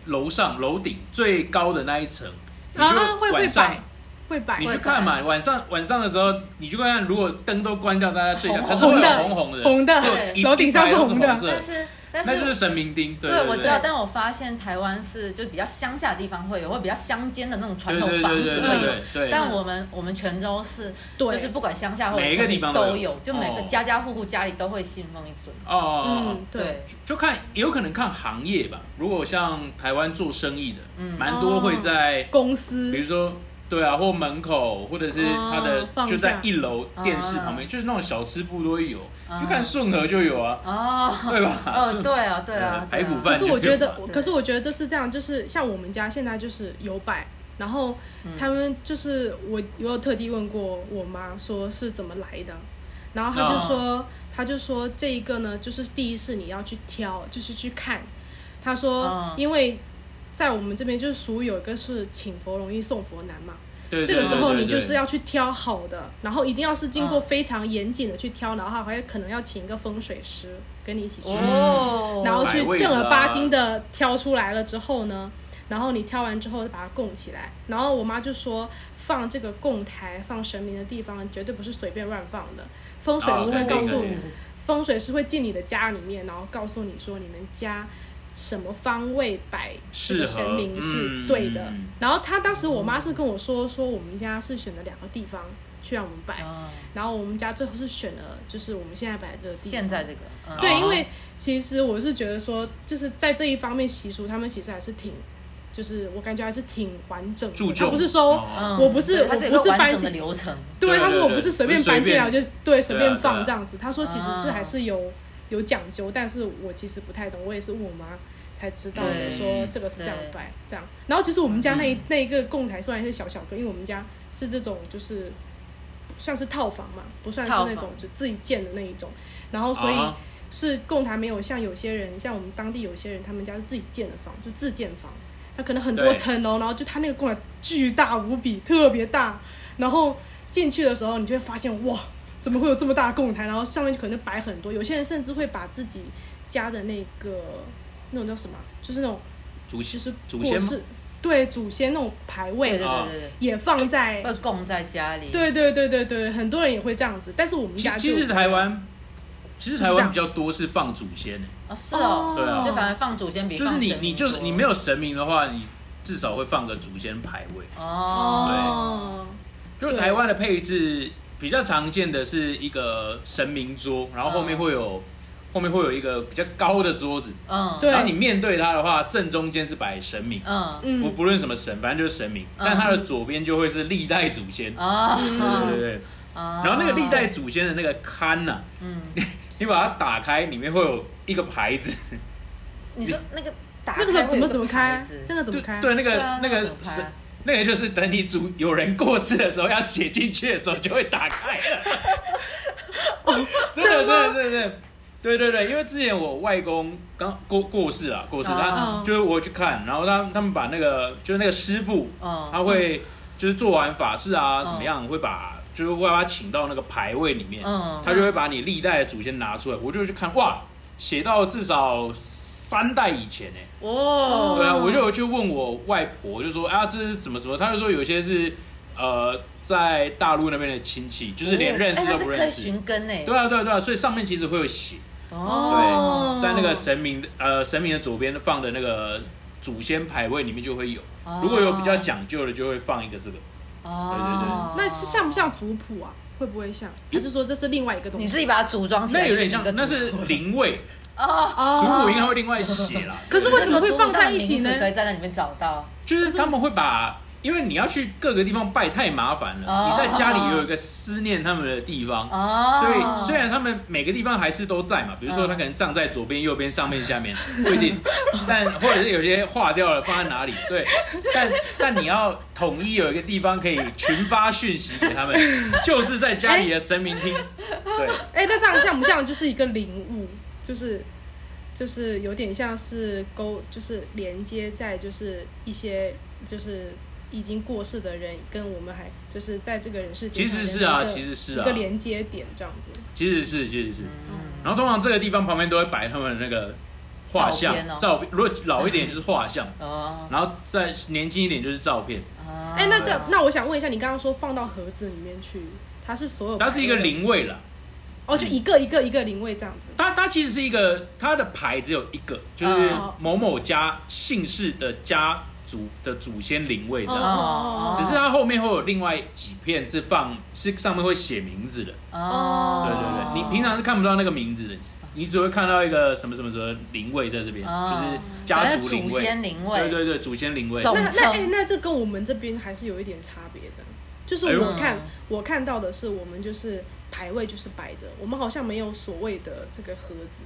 Speaker 1: 楼上楼顶最高的那一层，你
Speaker 4: 啊
Speaker 1: 就
Speaker 4: 会会
Speaker 1: 晚上
Speaker 4: 摆会摆
Speaker 1: 你，去看嘛，晚上晚上的时候，你去看看，如果灯都关掉，大家睡觉，
Speaker 2: 红
Speaker 1: 它是会有
Speaker 4: 的
Speaker 1: 红红的，
Speaker 4: 红的
Speaker 2: 对
Speaker 1: 一
Speaker 4: 楼顶上
Speaker 1: 一排都是
Speaker 4: 红的
Speaker 1: 色
Speaker 2: 但是但
Speaker 1: 那就是
Speaker 2: 是。
Speaker 1: 神明钉。对
Speaker 2: 对
Speaker 1: 对，
Speaker 2: 我知道，但我发现台湾是就比较乡下的地方会有，或比较乡间的那种传
Speaker 1: 对
Speaker 2: 统
Speaker 1: 对
Speaker 2: 房
Speaker 1: 对
Speaker 2: 子
Speaker 1: 对
Speaker 2: 会
Speaker 1: 对
Speaker 2: 有
Speaker 1: 对，对，
Speaker 2: 但我们我们泉州是，
Speaker 4: 对
Speaker 2: 就是不管乡下或者
Speaker 1: 每一个
Speaker 2: 城里
Speaker 1: 地方都
Speaker 2: 都
Speaker 1: 有
Speaker 2: 有，就每个
Speaker 1: 哦
Speaker 2: 家家户户家里都会信奉一尊。
Speaker 1: 哦哦哦
Speaker 4: 嗯，对，
Speaker 2: 对，
Speaker 1: 就就看也有可能看行业吧。如果像台湾做生意的，
Speaker 2: 嗯
Speaker 1: 蛮多会在
Speaker 4: 公
Speaker 1: 比
Speaker 4: 司
Speaker 1: 如说，对啊，或门口，或者是它的、
Speaker 4: 哦放嗯
Speaker 1: 就在
Speaker 4: 下
Speaker 1: 一楼电视旁边，就是那种小吃部都有，
Speaker 4: 嗯
Speaker 1: 就看顺和就有啊，
Speaker 2: 哦，
Speaker 1: 对吧？
Speaker 2: 哦，
Speaker 1: 顺
Speaker 2: 对啊，对啊，
Speaker 1: 呃排骨
Speaker 4: 可
Speaker 1: 饭
Speaker 4: 是
Speaker 1: 就
Speaker 4: 我觉得
Speaker 1: 有，
Speaker 2: 对
Speaker 4: 可是我觉得这是这样，就是像我们家现在就是有摆，然后
Speaker 1: 嗯
Speaker 4: 他们就是我，我有特地问过我妈说是怎么来的，然后
Speaker 1: 啊
Speaker 4: 她就说，她就说这一个呢，就是第一是你要去挑，就是去看，她说
Speaker 1: 啊
Speaker 2: 嗯
Speaker 4: 因为在我们这边就是俗语有一个是请佛容易送佛难嘛，
Speaker 1: 对对
Speaker 4: 这个时候
Speaker 1: 对对
Speaker 4: 你就是
Speaker 1: 对啊
Speaker 4: 要去挑好的，然后一定要是经过
Speaker 2: 嗯
Speaker 4: 非常严谨的去挑，然后还可能要请一个风水师跟你一起去。
Speaker 2: 哦，
Speaker 4: 嗯然后去
Speaker 1: 百味
Speaker 4: 正儿
Speaker 1: 杂
Speaker 4: 八经的挑出来了之后呢，然后你挑完之后再把它供起来。然后我妈就说，放这个供台、放神明的地方，绝对不是随便乱放的。风水
Speaker 1: 啊
Speaker 4: 师
Speaker 1: 对
Speaker 4: 会告诉
Speaker 1: 对
Speaker 4: 你，
Speaker 1: 对
Speaker 4: 风水师会进你的家里面，然后告诉你说你们家什么方位摆这
Speaker 1: 适合
Speaker 4: 个神明是
Speaker 1: 嗯
Speaker 4: 对的。
Speaker 1: 嗯
Speaker 4: 然后她当时我妈是跟我说，说我们家是选了两个地方去让我们摆，
Speaker 2: 嗯
Speaker 4: 然后我们家最后是选了就是我们现在摆的这个地方。
Speaker 2: 现在这个，嗯
Speaker 4: 对，
Speaker 1: 啊
Speaker 4: 因为其实我是觉得说，就是在这一方面习俗，他们其实还是挺，就是我感觉还是挺完整
Speaker 1: 注
Speaker 4: 的。他
Speaker 1: 重，
Speaker 4: 不是说，
Speaker 1: 哦
Speaker 2: 嗯
Speaker 4: 我不是
Speaker 2: 对它是有一
Speaker 4: 我不
Speaker 2: 个
Speaker 4: 是搬
Speaker 2: 完整
Speaker 4: 进
Speaker 2: 的流程，
Speaker 1: 对
Speaker 4: 对，他
Speaker 1: 对
Speaker 4: 说我
Speaker 1: 对
Speaker 4: 不是随便
Speaker 1: 不是
Speaker 4: 搬进
Speaker 1: 随
Speaker 4: 来
Speaker 1: 便
Speaker 4: 就对随
Speaker 1: 对
Speaker 4: 便
Speaker 1: 啊哦对
Speaker 4: 放
Speaker 1: 啊
Speaker 4: 这样子。他说其实是
Speaker 2: 啊
Speaker 4: 还是有有讲究，但是我其实不太懂，我也是问我妈才知道的，
Speaker 2: 对
Speaker 4: 说这个是这样
Speaker 2: 对
Speaker 4: 摆这样。然后其实我们家那一
Speaker 1: 嗯
Speaker 4: 那一个供台虽然是小小个，因为我们家是这种就是算是套房嘛，不算是
Speaker 2: 套
Speaker 4: 那
Speaker 2: 房
Speaker 4: 种就自己建的那一种。然后所以
Speaker 1: 啊
Speaker 4: 是供台没有像有些人，像我们当地有些人，他们家是自己建的房，就自建房，那可能很多
Speaker 1: 对
Speaker 4: 层哦楼，然后就他那个供台巨大无比，特别大。然后进去的时候，你就会发现哇，怎么会有这么大的供台？然后上面就可能摆很多，有些人甚至会把自己家的那个那种叫什么啊，就是那种
Speaker 1: 祖
Speaker 4: 就
Speaker 1: 先
Speaker 4: 是
Speaker 1: 祖
Speaker 4: 过
Speaker 1: 先
Speaker 4: 世对祖先那种牌
Speaker 2: 对
Speaker 4: 位
Speaker 2: 对
Speaker 1: 啊
Speaker 2: 对对
Speaker 4: 也放在
Speaker 2: 对，。会供在家里，
Speaker 4: 对对对对对，很多人也会这样子，但是我们
Speaker 1: 其
Speaker 4: 家
Speaker 1: 其
Speaker 4: 就
Speaker 1: 实台湾其实
Speaker 4: 就是
Speaker 1: 台
Speaker 4: 这
Speaker 1: 湾
Speaker 4: 样
Speaker 1: 比较多是放祖先的，
Speaker 2: 哦，是哦，
Speaker 1: 对啊
Speaker 2: 就反而放祖先比
Speaker 1: 就是
Speaker 2: 放
Speaker 1: 你
Speaker 2: 神明
Speaker 1: 你就是
Speaker 2: 多
Speaker 1: 你没有神明的话，你至少会放个祖先牌位。
Speaker 2: 哦，
Speaker 4: 哦，
Speaker 1: 就
Speaker 4: 对
Speaker 1: 台湾的配置比较常见的是一个神明桌，然后后面会有、后面会有一个比较高的桌子，
Speaker 2: 嗯，
Speaker 4: 嗯对
Speaker 1: 然后你面对它的话，正中间是摆神明，
Speaker 2: 嗯
Speaker 4: 嗯，
Speaker 1: 不不论什么神，反正就是神明，但它的左边就会是历代祖先，
Speaker 2: 啊，
Speaker 4: 嗯
Speaker 1: 对对对，
Speaker 2: 然
Speaker 1: 然后那个历代祖先的那个龛呐、
Speaker 2: 嗯，
Speaker 1: 你把它打开，里面会有一个牌子，
Speaker 2: 你说那个打
Speaker 4: 那个时候怎么怎么
Speaker 2: 啊开
Speaker 4: 开啊
Speaker 2: 会有个牌子？
Speaker 4: 那个怎么
Speaker 1: 对
Speaker 4: 开？
Speaker 1: 对，那
Speaker 2: 对
Speaker 1: 个、
Speaker 2: 啊
Speaker 1: 那
Speaker 2: 那
Speaker 1: 个
Speaker 2: 怎么
Speaker 1: 是
Speaker 2: 开。
Speaker 1: 那个就是等你主有人过世的时候，要写进去的时候就会打开了。 真的，真的，真的，对对对，因为之前我外公刚过过世啊，过世，他
Speaker 4: 哦
Speaker 1: 就是我去看，然后他他们把那个就是那个师傅，
Speaker 2: 嗯
Speaker 1: 他会就是做完法事啊，
Speaker 2: 嗯
Speaker 1: 怎么样，会把就是会把他请到那个牌位里面，
Speaker 2: 嗯
Speaker 1: 他就会把你历代的祖先拿出来，我就去看，哇，写到至少三代以前哎、
Speaker 2: 哦，
Speaker 1: 对啊，我就有去问我外婆，就说啊，这是什么什么？她就说有些是呃，在大陆那边的亲戚，就是连认识
Speaker 2: 哎
Speaker 1: 都
Speaker 2: 那是
Speaker 1: 不
Speaker 2: 可以
Speaker 1: 认识。
Speaker 2: 寻根呢。
Speaker 1: 对啊，对啊，对啊，所以上面其实会有写，对，
Speaker 2: 哦，
Speaker 1: 在那个神明的呃神明的左边放的那个祖先牌位里面就会有，
Speaker 2: 哦
Speaker 1: 如果有比较讲究的，就会放一个这个。
Speaker 2: 哦，
Speaker 4: 那是像不像族谱啊？会不会像？还是说这是另外一个东西？
Speaker 2: 你自己把它组装起来，
Speaker 1: 那有点像
Speaker 2: 一个，组
Speaker 1: 那是灵位，
Speaker 2: 哦，
Speaker 1: 祖
Speaker 4: 哦，
Speaker 1: 母应该会另外写 啦。
Speaker 4: 可是为什么会放在一起呢
Speaker 2: 这个组上的名字可以在那里面找到。
Speaker 1: 就是他们会把，因为你要去各个地方拜太麻烦了，
Speaker 2: 哦
Speaker 1: 你在家里有一个思念他们的地方，
Speaker 2: 哦，
Speaker 1: 所以虽然他们每个地方还是都在嘛，比如说他可能葬在左边、右边、上面、下面，不 一定，但或者是有些划掉了放在哪里，对，但但你要统一有一个地方可以群发讯息给他 们，就是在家里的神明厅，对，
Speaker 4: 哎、那这样像不像就是一个灵物？就是就是有点像是勾，就是连接在就是一些就是已经过世的人跟我们还就是在这个人世间
Speaker 1: 其实是
Speaker 4: 还
Speaker 1: 啊，
Speaker 4: 有一个
Speaker 1: 其实是啊
Speaker 4: 一个，连接点这样子。
Speaker 1: 其实是其实是，然后通常这个地方旁边都会摆他们的那个画像
Speaker 2: 照片哦
Speaker 1: 照片，如果老一点就是画像，
Speaker 2: 哦，
Speaker 1: 然后再年轻一点就是照片，
Speaker 2: 啊
Speaker 4: 哎、那这
Speaker 1: 对
Speaker 2: 嗯
Speaker 4: 那我想问一下，你刚刚说放到盒子里面去，它是所有
Speaker 1: 它是一个
Speaker 4: 牌位
Speaker 1: 灵位啦。
Speaker 4: 哦，就一个一个一个灵位这样子。
Speaker 1: 它它其实是一个，它的牌只有一个，就是
Speaker 2: 嗯
Speaker 4: 哦
Speaker 1: 某某家姓氏的家族的祖先灵位这样。
Speaker 2: 哦
Speaker 1: 只是它后面会有另外几片是放，是上面会写名字的。
Speaker 2: 哦，
Speaker 1: 对对对，你平常是看不到那个名字的，你只会看到一个什么什么什么灵位在这边，
Speaker 2: 哦
Speaker 1: 就是家族灵
Speaker 2: 祖
Speaker 1: 位。
Speaker 2: 先灵位，
Speaker 1: 对对对，祖先灵位。
Speaker 2: 懂
Speaker 4: 那那
Speaker 2: 称
Speaker 4: 哎、那这跟我们这边还是有一点差别的，就是
Speaker 1: 哎呦
Speaker 4: 我看、我看到的是我们就是排位就是摆着，我们好像没有所谓的这个盒子，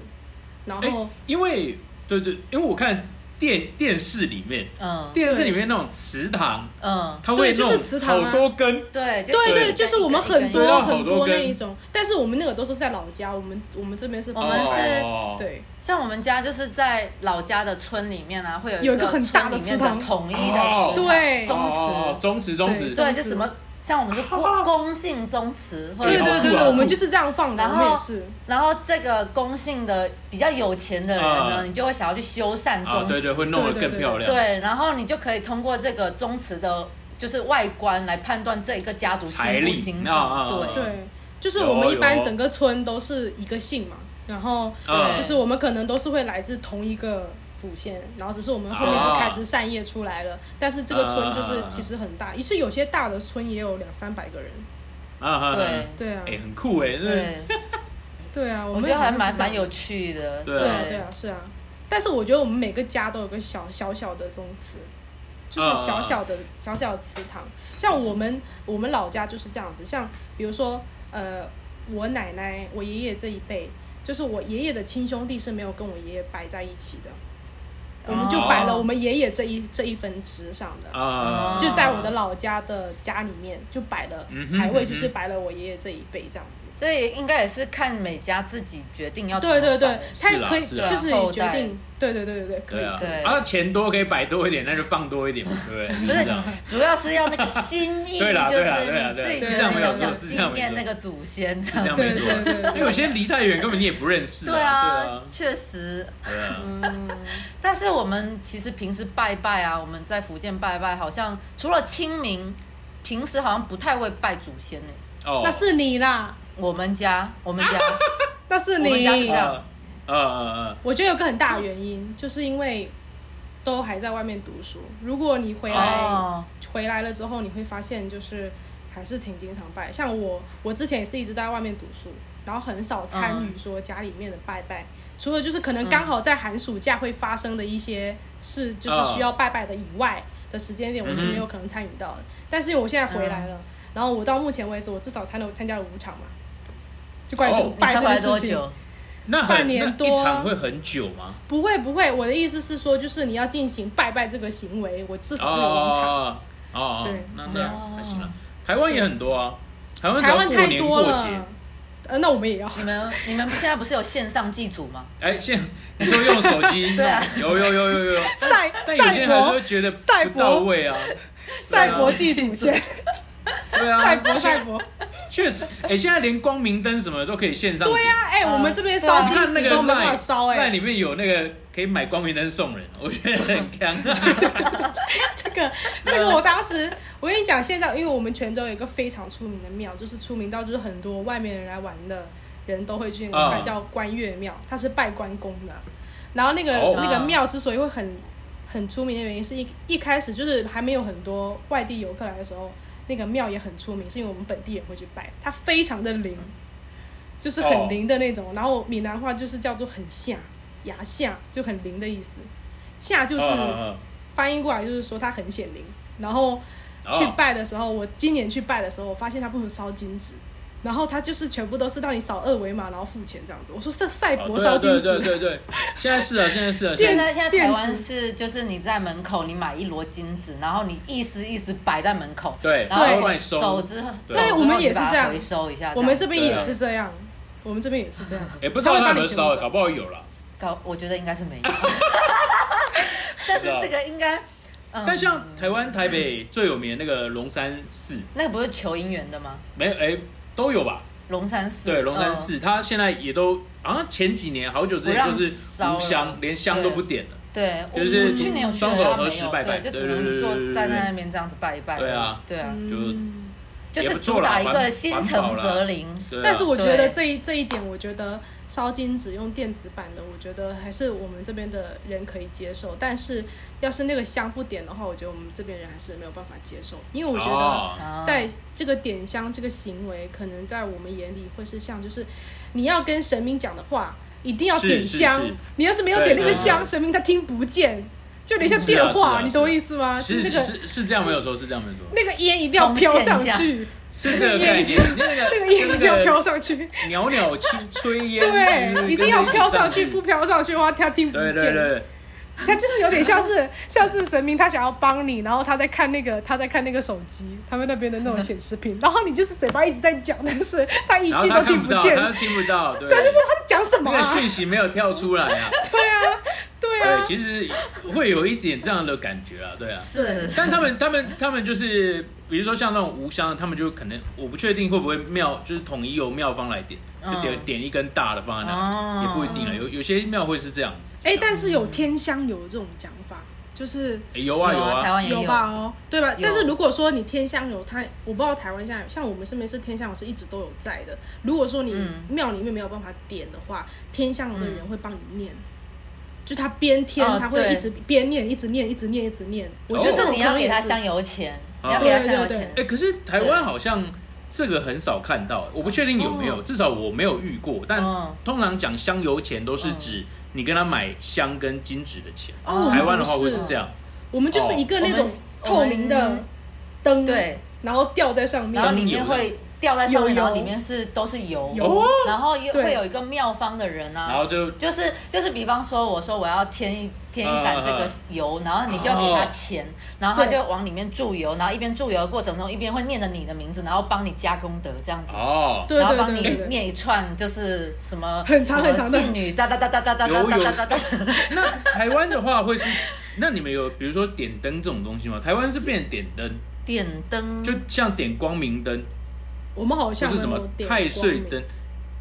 Speaker 4: 然
Speaker 1: 哎、
Speaker 4: 后、
Speaker 1: 因为对对，因为我看电电视里面，
Speaker 2: 嗯
Speaker 1: 电视里面那种祠堂，
Speaker 2: 嗯，
Speaker 1: 它会
Speaker 4: 对
Speaker 1: 那
Speaker 4: 就
Speaker 1: 种
Speaker 4: 是祠堂啊
Speaker 1: 好多根，
Speaker 2: 对
Speaker 4: 对
Speaker 1: 对
Speaker 4: 对，就是我们很
Speaker 1: 对要
Speaker 4: 多
Speaker 1: 好
Speaker 4: 很
Speaker 1: 多
Speaker 4: 多
Speaker 1: 根
Speaker 4: 那一种，但是我们那个都是在老家，我们我们这边是
Speaker 2: 我们是
Speaker 1: 哦、
Speaker 4: 对
Speaker 2: 像我们家就是在老家的村里面啊，会有
Speaker 4: 有
Speaker 2: 一
Speaker 4: 一个很大的
Speaker 2: 村里面
Speaker 4: 祠堂
Speaker 2: 的统一的
Speaker 1: 哦
Speaker 2: 祠堂
Speaker 4: 对
Speaker 2: 宗祠
Speaker 1: 哦，宗祠宗祠，
Speaker 2: 对，
Speaker 4: 宗
Speaker 2: 就
Speaker 4: 祠
Speaker 2: 什么像我们是公公姓宗祠，或者
Speaker 4: 对
Speaker 1: 好
Speaker 4: 对
Speaker 1: 酷
Speaker 4: 对
Speaker 1: 啊
Speaker 4: 对，
Speaker 1: 好
Speaker 4: 我们
Speaker 1: 酷
Speaker 4: 就是这样放的，
Speaker 2: 然
Speaker 4: 我
Speaker 2: 后
Speaker 4: 们也是。
Speaker 2: 然后这个公姓的比较有钱的人呢，
Speaker 1: 嗯
Speaker 2: 你就会想要去修缮宗
Speaker 1: 啊
Speaker 2: 祠，
Speaker 1: 对对，会弄得
Speaker 4: 对对
Speaker 1: 更漂亮。啊
Speaker 2: 对然后你就可以通过这个宗祠的，就是外观来判断这一个家族
Speaker 1: 财
Speaker 2: 兴
Speaker 1: 力
Speaker 2: 不兴
Speaker 1: 啊啊啊
Speaker 2: 盛，对。
Speaker 4: 对，就是
Speaker 1: 有啊
Speaker 4: 我们一般
Speaker 1: 有
Speaker 4: 整个村都是一个姓嘛，然后
Speaker 1: 啊
Speaker 4: 就是我们可能都是会来自同一个祖先，然后只是我们后面
Speaker 1: 啊
Speaker 4: 就开枝散叶出来了。但是这个村就是其实很大，也是有些大的村也有两三百个人。
Speaker 1: 啊啊，
Speaker 2: 对
Speaker 1: 啊
Speaker 4: 对啊，
Speaker 1: 哎，很酷哎，那
Speaker 2: 对，
Speaker 4: 对啊，
Speaker 2: 我
Speaker 4: 们
Speaker 2: 觉得还
Speaker 4: 好像是
Speaker 2: 蛮
Speaker 4: 这样
Speaker 2: 蛮有趣的，
Speaker 1: 对
Speaker 4: 对啊，对啊，是啊。但是我觉得我们每个家都有个小小小的宗祠，就是
Speaker 1: 啊
Speaker 4: 小小的小小的祠堂。像我们我们老家就是这样子，像比如说呃，我奶奶、我爷爷这一辈，就是我爷爷的亲兄弟是没有跟我爷爷摆在一起的，我们就摆了
Speaker 2: 哦
Speaker 4: 我们爷爷这一这一分支上的。
Speaker 1: 啊，
Speaker 4: 就在我的老家的家里面，就摆了
Speaker 1: 嗯哼
Speaker 4: 牌
Speaker 1: 嗯
Speaker 4: 位，
Speaker 1: 哼
Speaker 4: 就是摆了我爷爷这一辈这样子。
Speaker 2: 所以应该也是看每家自己决定要怎么
Speaker 4: 对对对
Speaker 2: 办，
Speaker 4: 他
Speaker 1: 啊是啦
Speaker 4: 可以
Speaker 1: 是
Speaker 4: 就
Speaker 1: 啦
Speaker 4: 是
Speaker 2: 后
Speaker 4: 决
Speaker 2: 代
Speaker 4: 定，对对对对对，可
Speaker 1: 对
Speaker 4: 以
Speaker 1: 啊
Speaker 4: 可以。
Speaker 2: 对，
Speaker 1: 啊，钱多可以摆多一点，那就放多一点嘛，对不对？
Speaker 2: 不
Speaker 1: 就是这样，
Speaker 2: 主要是要那个心 意，就
Speaker 1: 对啦对啦对啦
Speaker 2: 是你
Speaker 1: 对啦
Speaker 2: 自
Speaker 1: 是
Speaker 2: 己觉
Speaker 1: 这
Speaker 2: 得
Speaker 1: 样
Speaker 2: 你
Speaker 1: 没有
Speaker 2: 想不想
Speaker 1: 错是这样
Speaker 2: 纪念
Speaker 1: 没
Speaker 2: 那
Speaker 1: 错
Speaker 2: 个祖先这
Speaker 1: 这
Speaker 2: 样
Speaker 1: 样
Speaker 2: 子。
Speaker 1: 没错
Speaker 4: 对对对对。
Speaker 2: 哦
Speaker 1: 因为有些离太远，根本你也不认识。
Speaker 2: 对
Speaker 1: 啊
Speaker 2: 啊，，确实。
Speaker 1: 对啊，
Speaker 2: 但是我们其实平时拜拜啊，我们在福建拜拜，好像除了清明，平时好像不太会拜祖先呢、
Speaker 1: 哦，
Speaker 4: 那是你啦，
Speaker 2: 我们家，我 们家，
Speaker 4: 那是
Speaker 2: 我们家是
Speaker 4: 你
Speaker 2: 这。样
Speaker 1: 呃呃
Speaker 4: 我觉得有个很大的原因，就是因为都还在外面读书。如果你回来
Speaker 2: 哦，
Speaker 4: 回来了之后，你会发现就是还是挺经常拜。像我，我之前也是一直在外面读书，然后很少
Speaker 1: 嗯
Speaker 4: 参与说家里面的拜拜。除了就是可能刚好在寒暑假会发生的一些事，就是需要拜拜的以外的时间点，我是没有可能参与到的。但是我现在回来了，
Speaker 1: 嗯
Speaker 4: 然后我到目前为止，我至少参了参加了五场嘛，就关于这个
Speaker 1: 哦
Speaker 2: 你
Speaker 4: 拜
Speaker 2: 才
Speaker 4: 这
Speaker 2: 回来
Speaker 4: 件
Speaker 2: 多
Speaker 4: 事情。
Speaker 2: 久？
Speaker 1: 呃，那很
Speaker 4: 半
Speaker 1: 那
Speaker 4: 年多
Speaker 1: 一场会很久吗？
Speaker 4: 不会不会，我的意思是说，就是你要进行拜拜这个行为，我至
Speaker 1: 哦
Speaker 4: 少会有五场。
Speaker 1: 哦哦哦，
Speaker 4: 对
Speaker 1: 那那样
Speaker 2: 哦
Speaker 1: 还行了。台湾也很多啊，台湾只
Speaker 4: 台
Speaker 1: 要
Speaker 4: 湾
Speaker 1: 过
Speaker 4: 太
Speaker 1: 年
Speaker 4: 多
Speaker 1: 过节
Speaker 4: 了，，呃，那我们也要。
Speaker 2: 你们你们现在不是有线上祭祖 吗？
Speaker 1: 哎，现你说用手机，
Speaker 2: 对啊
Speaker 1: 有有有有有，
Speaker 4: 赛
Speaker 1: 但有些
Speaker 4: 赛
Speaker 1: 人还是
Speaker 4: 博
Speaker 1: 会觉得
Speaker 4: 赛
Speaker 1: 不
Speaker 4: 博
Speaker 1: 到位啊，
Speaker 4: 赛博祭祖先，
Speaker 1: 对
Speaker 4: 赛
Speaker 1: 啊，
Speaker 4: 博赛博，
Speaker 1: 确实，哎、现在连光明灯什么的都可以线上
Speaker 4: 对
Speaker 1: 点
Speaker 4: 呀、哎、
Speaker 2: 嗯
Speaker 4: 我们这边
Speaker 1: 我
Speaker 4: 烧金
Speaker 1: 看那
Speaker 4: 纸
Speaker 1: 个
Speaker 4: 都没办
Speaker 1: 卖
Speaker 4: 法烧哎、
Speaker 1: 卖里面有那个可以买光明灯送人， 我觉得很 强。
Speaker 4: 这个这个我当时我跟你讲，现在因为我们泉州有一个非常出名的庙，就是出名到就是很多外面人来玩的人都会去那个拜
Speaker 1: 嗯
Speaker 4: 叫关岳庙，它是拜关公的。然后那个、
Speaker 1: 哦
Speaker 4: 那个庙之所以会很很出名的原因，是一一开始就是还没有很多外地游客来的时候，那个庙也很出名，是因为我们本地人会去拜，它非常的灵，就是
Speaker 1: 哦
Speaker 4: 很灵的那种。然后闽南话就是叫做很下牙下，就很灵的意思。下就是
Speaker 1: 嗯
Speaker 4: 翻译过来就是说它很显灵。然后
Speaker 1: 嗯
Speaker 4: 去
Speaker 1: 嗯
Speaker 4: 拜的时候，我今年去拜的时候，我发现它不能烧金纸，然后它就是全部都是让你扫二维码然后付钱这样子。我说这赛
Speaker 1: 哦
Speaker 4: 博
Speaker 1: 对啊
Speaker 4: 烧金
Speaker 1: 对
Speaker 4: 纸，
Speaker 1: 对对对，现在是啊，现在是啊，
Speaker 2: 现
Speaker 1: 现在
Speaker 2: 在现在
Speaker 4: 电
Speaker 2: 台
Speaker 4: 子
Speaker 2: 湾是就是你在门口你买一摞金纸，然后你一丝一丝摆在门口，
Speaker 1: 对，
Speaker 2: 然后
Speaker 1: 他会
Speaker 2: 我
Speaker 1: 帮你收。
Speaker 2: 走之后，
Speaker 1: 对
Speaker 2: 走之后
Speaker 4: 我们
Speaker 2: 你
Speaker 4: 也是
Speaker 2: 把它
Speaker 4: 这样
Speaker 2: 回收一下。
Speaker 4: 我们这边
Speaker 1: 对
Speaker 4: 也
Speaker 1: 啊
Speaker 4: 是这样，我们这边也是这样。
Speaker 1: 也、不知道他有没有
Speaker 4: 他会帮你
Speaker 1: 烧，啊
Speaker 4: 收
Speaker 1: 搞不好有啦。
Speaker 2: 搞，我觉得应该是没 有，但是这个应该，嗯，
Speaker 1: 啊但像台湾台北最有名的那个龙山寺，
Speaker 2: 那个不是求姻缘的吗？
Speaker 1: 没有哎、都有吧？
Speaker 2: 龙山寺，
Speaker 1: 对，龙山
Speaker 2: 嗯
Speaker 1: 寺，它现在也都好像前几年好久之
Speaker 2: 不
Speaker 1: 前
Speaker 2: 让
Speaker 1: 就是
Speaker 2: 烧
Speaker 1: 无香
Speaker 2: 了，
Speaker 1: 连香都不点了。
Speaker 2: 对，我
Speaker 1: 就是
Speaker 2: 我去年有去
Speaker 1: 双
Speaker 2: 了，
Speaker 1: 手
Speaker 2: 他
Speaker 1: 合
Speaker 2: 没
Speaker 1: 十
Speaker 2: 有，
Speaker 1: 拜拜
Speaker 2: 对，就
Speaker 1: 对
Speaker 2: 只
Speaker 1: 对对
Speaker 2: 能坐
Speaker 1: 对对
Speaker 2: 站在
Speaker 1: 对
Speaker 2: 那边这样子拜一拜。
Speaker 1: 对啊
Speaker 2: 对啊，
Speaker 1: 就
Speaker 4: 嗯
Speaker 2: 就
Speaker 1: 也
Speaker 2: 是
Speaker 1: 不错
Speaker 2: 主
Speaker 1: 啦
Speaker 2: 打一
Speaker 1: 环
Speaker 2: 个心诚则灵。
Speaker 1: 对啊
Speaker 4: 但是我觉得
Speaker 2: 对
Speaker 4: 这一这一点，我觉得烧金纸用电子版的，我觉得还是我们这边的人可以接受。但是要是那个香不点的话，我觉得我们这边人还是没有办法接受，因为我觉得
Speaker 1: 哦
Speaker 2: 啊
Speaker 4: 在这个点香这个行为，可能在我们眼里会是像就是你要跟神明讲的话，一定要
Speaker 1: 是
Speaker 4: 点
Speaker 1: 是
Speaker 4: 香
Speaker 1: 是，
Speaker 4: 你要是没有
Speaker 1: 对
Speaker 4: 点那个
Speaker 1: 对
Speaker 4: 香，
Speaker 1: 对
Speaker 4: 神明他听不见，就有点像
Speaker 1: 是啊
Speaker 4: 电
Speaker 1: 是啊
Speaker 4: 话，
Speaker 1: 是啊
Speaker 4: 你懂我意思吗？
Speaker 1: 是
Speaker 4: 那个
Speaker 1: 是是这样没有错，是这样没有错，
Speaker 4: 那个烟一定要飘上
Speaker 2: 奉献
Speaker 4: 去，
Speaker 1: 是这个概念。那个
Speaker 4: 那个烟一定要
Speaker 1: 那
Speaker 4: 飘
Speaker 1: 个
Speaker 4: 上去。
Speaker 1: 袅袅 轻炊烟，就是
Speaker 4: 对，一定要
Speaker 1: 跟着
Speaker 4: 飘上
Speaker 1: 去
Speaker 4: 去，不飘上去的话，他听不
Speaker 1: 对
Speaker 4: 见。
Speaker 1: 对对，
Speaker 4: 他就是有点像是像是神明，他想要帮你，然后他在看那个他在看那个手机，他们那边的那种显 示屏，然后你就是嘴巴一直在讲，但是他一
Speaker 1: 然后
Speaker 4: 句
Speaker 1: 他
Speaker 4: 都
Speaker 1: 看
Speaker 4: 听
Speaker 1: 不到，
Speaker 4: 见。
Speaker 1: 他听不到，对，
Speaker 4: 对，啊
Speaker 2: 啊
Speaker 4: 就是他在讲什么
Speaker 1: 那个
Speaker 4: 啊？
Speaker 1: 讯息没有跳出来啊。
Speaker 4: 对啊， 对
Speaker 1: 对，
Speaker 4: 啊，
Speaker 1: 其实会有一点这样的感觉啊，对啊。
Speaker 2: 是
Speaker 1: 但他们他们他们就是，比如说像那种无香，他们就可能我不确定会不会庙，就是统一由庙方来点，就点、
Speaker 2: 嗯
Speaker 1: 点一根大的放在那，
Speaker 2: 哦
Speaker 1: 也不一定了。有有些庙会是这样子。
Speaker 4: 哎，但是有天香油这种讲法，就是
Speaker 1: 哎有啊
Speaker 2: 有啊台
Speaker 1: 啊，
Speaker 2: 湾也
Speaker 4: 有吧？哦，对吧
Speaker 2: 有？
Speaker 4: 但是如果说你天香油，它我不知道台湾现在像我们身边是天香油是一直都有在的。如果说你
Speaker 2: 嗯
Speaker 4: 庙里面没有办法点的话，天香油的人会帮你念，就他边天
Speaker 2: 哦
Speaker 4: 他会
Speaker 2: 对
Speaker 4: 一直边念，一直念，一直念，一直念。我觉
Speaker 2: 就
Speaker 4: 得
Speaker 2: 是你要给他
Speaker 4: 香
Speaker 2: 香油钱，
Speaker 1: 哦
Speaker 2: 你要给他香油
Speaker 4: 对对
Speaker 2: 钱
Speaker 1: 哎、。可是台湾好像这个很少看到，我不确定有没有，
Speaker 4: 哦
Speaker 1: 至少我没有遇过。但
Speaker 2: 嗯
Speaker 1: 通常讲香油钱都是指你跟他买香跟金纸的钱，
Speaker 4: 哦，我
Speaker 1: 台
Speaker 4: 们
Speaker 1: 湾的
Speaker 4: 不
Speaker 1: 话会
Speaker 4: 是
Speaker 1: 是这样。
Speaker 4: 我们就是一个那
Speaker 2: 哦
Speaker 4: 种
Speaker 2: 我
Speaker 4: 透
Speaker 2: 们
Speaker 4: 明
Speaker 2: 我
Speaker 4: 的
Speaker 2: 们
Speaker 4: 灯，
Speaker 2: 对，
Speaker 4: 然后吊在上面
Speaker 2: 然。后里面会掉在上面，
Speaker 4: 有油
Speaker 2: 然后里面是都是油，
Speaker 4: 有哦
Speaker 2: 然后又
Speaker 4: 对
Speaker 2: 会有一个妙方的人啊，
Speaker 1: 然后就
Speaker 2: 就是就是，比方说，我说我要添一添一盏这
Speaker 1: 嗯
Speaker 2: 个油，然后你就给
Speaker 1: 哦
Speaker 2: 他钱，然后他就往里面注油，然后一边注油的过程中，一边会念着你的名字，然后帮你加功德这样子。
Speaker 1: 哦，
Speaker 4: 对
Speaker 2: 然后
Speaker 4: 对
Speaker 2: 帮
Speaker 4: 对
Speaker 2: 你
Speaker 4: 对对，
Speaker 2: 念一串，就是什么
Speaker 4: 很长
Speaker 2: 什么
Speaker 4: 很长的
Speaker 2: 信女哒哒哒哒哒哒哒
Speaker 1: 有有
Speaker 2: 哒哒哒，
Speaker 1: 那台湾的话会是，那你们有比如说点灯这种东西吗？台湾是变点灯，
Speaker 2: 点灯
Speaker 1: 就像点光明灯，
Speaker 4: 我们好
Speaker 1: 就
Speaker 4: 像
Speaker 1: 是什
Speaker 4: 没
Speaker 1: 么
Speaker 4: 有点
Speaker 1: 太岁
Speaker 4: 光明
Speaker 1: 灯。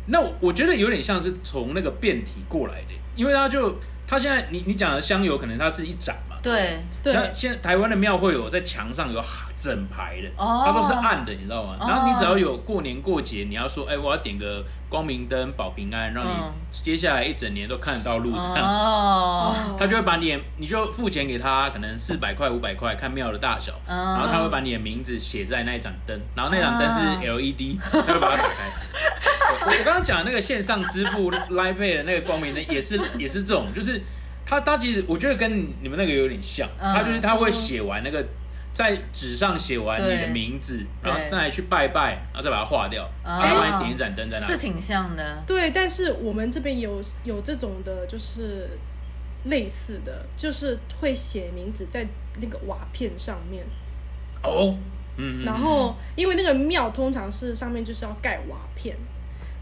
Speaker 1: 那我我觉得有点像是从那个变体过来的，因为它就它现在你你讲的香油，可能它是一盏嘛。
Speaker 2: 对，
Speaker 4: 对，
Speaker 1: 那现在台湾的庙会有在墙上有整排的，
Speaker 2: 哦
Speaker 1: 它都是暗的，你知道吗？
Speaker 2: 哦
Speaker 1: 然后你只要有过年过节，你要说，哎、我要点个光明灯保平安，让你
Speaker 2: 嗯
Speaker 1: 接下来一整年都看得到路这样。
Speaker 2: 哦，
Speaker 1: 他就会把你的，你就付钱给他，可能四百块、五百块，看庙的大小，
Speaker 2: 嗯
Speaker 1: 然后他会把你的名字写在那一盏灯，然后那盏灯
Speaker 2: 啊
Speaker 1: 是 LED，他会把它打开。 我我刚刚讲的那个线上支付 Line Pay 的那个光明灯，也是也是这种，就是他他其实我觉得跟你们那个有点像，
Speaker 2: 嗯
Speaker 1: 他就是他会写完那个在纸上写完你的
Speaker 2: 对
Speaker 1: 名字，
Speaker 2: 嗯对
Speaker 1: 然后再去拜拜，然后再把它划掉，然
Speaker 2: 啊
Speaker 1: 后帮你点一盏灯在那
Speaker 2: 是
Speaker 1: 里。
Speaker 2: 挺像的，
Speaker 4: 对，但是我们这边有有这种的，就是类似的，就是会写名字在那个瓦片上面，
Speaker 2: 哎
Speaker 1: 哦，嗯，嗯
Speaker 4: 然后因为那个庙通常是上面就是要盖瓦片。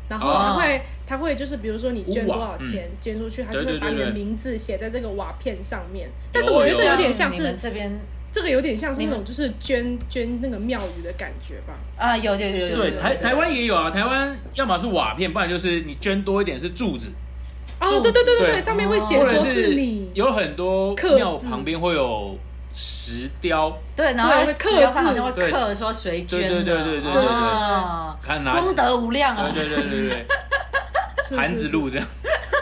Speaker 4: 然后他
Speaker 2: 哦
Speaker 4: 会，他会就是，比如说你捐
Speaker 1: 啊屋瓦嗯
Speaker 4: 多少钱，捐出去，他就
Speaker 1: 对对
Speaker 4: 会把
Speaker 1: 对
Speaker 4: 你的
Speaker 1: 对
Speaker 4: 名字写在这样名字写在这个瓦片上面。但是
Speaker 1: 有
Speaker 4: 我觉得这
Speaker 1: 有
Speaker 4: 有点像
Speaker 2: 啊你们
Speaker 4: 是
Speaker 2: 这边
Speaker 4: 这个有点像是那
Speaker 2: 你
Speaker 4: 种就是捐捐那个庙宇的感觉吧。
Speaker 2: 啊，有有有有有
Speaker 1: 对，
Speaker 2: 有
Speaker 1: 台
Speaker 2: 有
Speaker 1: 台湾也有啊，台湾要么是瓦片，不然就是你捐多一点是柱子，
Speaker 4: 哦，对对对对
Speaker 1: 对
Speaker 4: 对，上面会写
Speaker 1: 或者
Speaker 4: 说
Speaker 1: 是
Speaker 4: 你，
Speaker 1: 有很多
Speaker 4: 刻字
Speaker 1: 庙旁边会有石雕，
Speaker 2: 对，然后
Speaker 4: 对会刻
Speaker 2: 只要上好
Speaker 4: 字
Speaker 2: 像会
Speaker 1: 对
Speaker 2: 刻说谁捐
Speaker 1: 对对
Speaker 2: 的，
Speaker 1: 对对对对对
Speaker 2: 啊
Speaker 1: 看哪，
Speaker 2: 功德无量啊
Speaker 1: 对，对对对对
Speaker 4: 是
Speaker 1: 对，盘子，
Speaker 4: 是
Speaker 1: 路这样，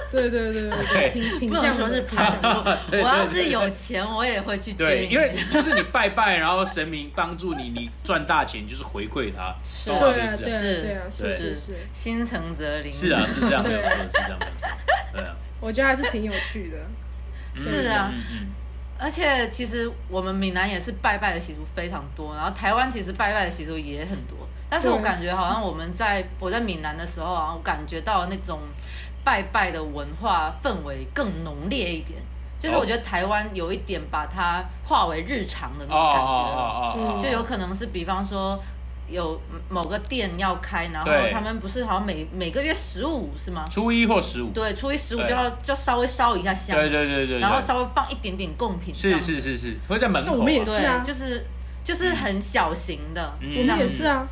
Speaker 4: 是对对对对对，挺挺
Speaker 2: 不
Speaker 4: 像
Speaker 2: 能说
Speaker 4: 的
Speaker 2: 是爬什么路
Speaker 1: 对对对
Speaker 2: 我要是有钱，我也会去捐
Speaker 1: 对，
Speaker 2: 一下。
Speaker 1: 因为就是你拜拜，然后神明帮助你，你赚大钱就是回馈他，
Speaker 2: 是
Speaker 1: 懂我的
Speaker 4: 对
Speaker 1: 意
Speaker 4: 啊
Speaker 1: 思
Speaker 4: 对
Speaker 1: 啊
Speaker 4: 啊对啊
Speaker 1: 对
Speaker 4: 是是是，
Speaker 2: 心诚则灵。
Speaker 1: 是啊，是这样没有错，
Speaker 4: 对
Speaker 1: 是这样没有错，对啊，
Speaker 4: 我觉得还是挺有趣的。
Speaker 2: 是啊，
Speaker 1: 嗯嗯
Speaker 2: 而且其实我们闽南也是拜拜的习俗非常多，然后台湾其实拜拜的习俗也很多，但是我
Speaker 4: 对
Speaker 2: 感觉好像我们在我在闽南的时候啊，我感觉到那种拜拜的文化氛围更浓烈一点，就是
Speaker 1: 哦
Speaker 2: 我觉得台湾有一点把它化为日常的
Speaker 1: 嗯
Speaker 2: 那
Speaker 1: 哦哦
Speaker 2: 种感
Speaker 1: 哦
Speaker 2: 觉了。
Speaker 1: 哦哦哦，
Speaker 2: 就有可能是比方说有某个店要开，然后
Speaker 1: 对
Speaker 2: 他们不是好像每每个月十五是吗？
Speaker 1: 初一或十五，
Speaker 2: 对，初一十五
Speaker 1: 对啊
Speaker 2: 就要就稍微烧一下香，
Speaker 1: 对对对对对，
Speaker 2: 然后稍微放一点点贡品，这
Speaker 1: 是
Speaker 2: 样，
Speaker 1: 是是是，会在门口
Speaker 4: 那
Speaker 1: 啊，
Speaker 4: 我们也是
Speaker 2: 对，
Speaker 4: 啊
Speaker 2: 就是就是很小型的，
Speaker 1: 嗯
Speaker 4: 我
Speaker 2: 这
Speaker 4: 们
Speaker 2: 样
Speaker 4: 也
Speaker 2: 子
Speaker 4: 是啊，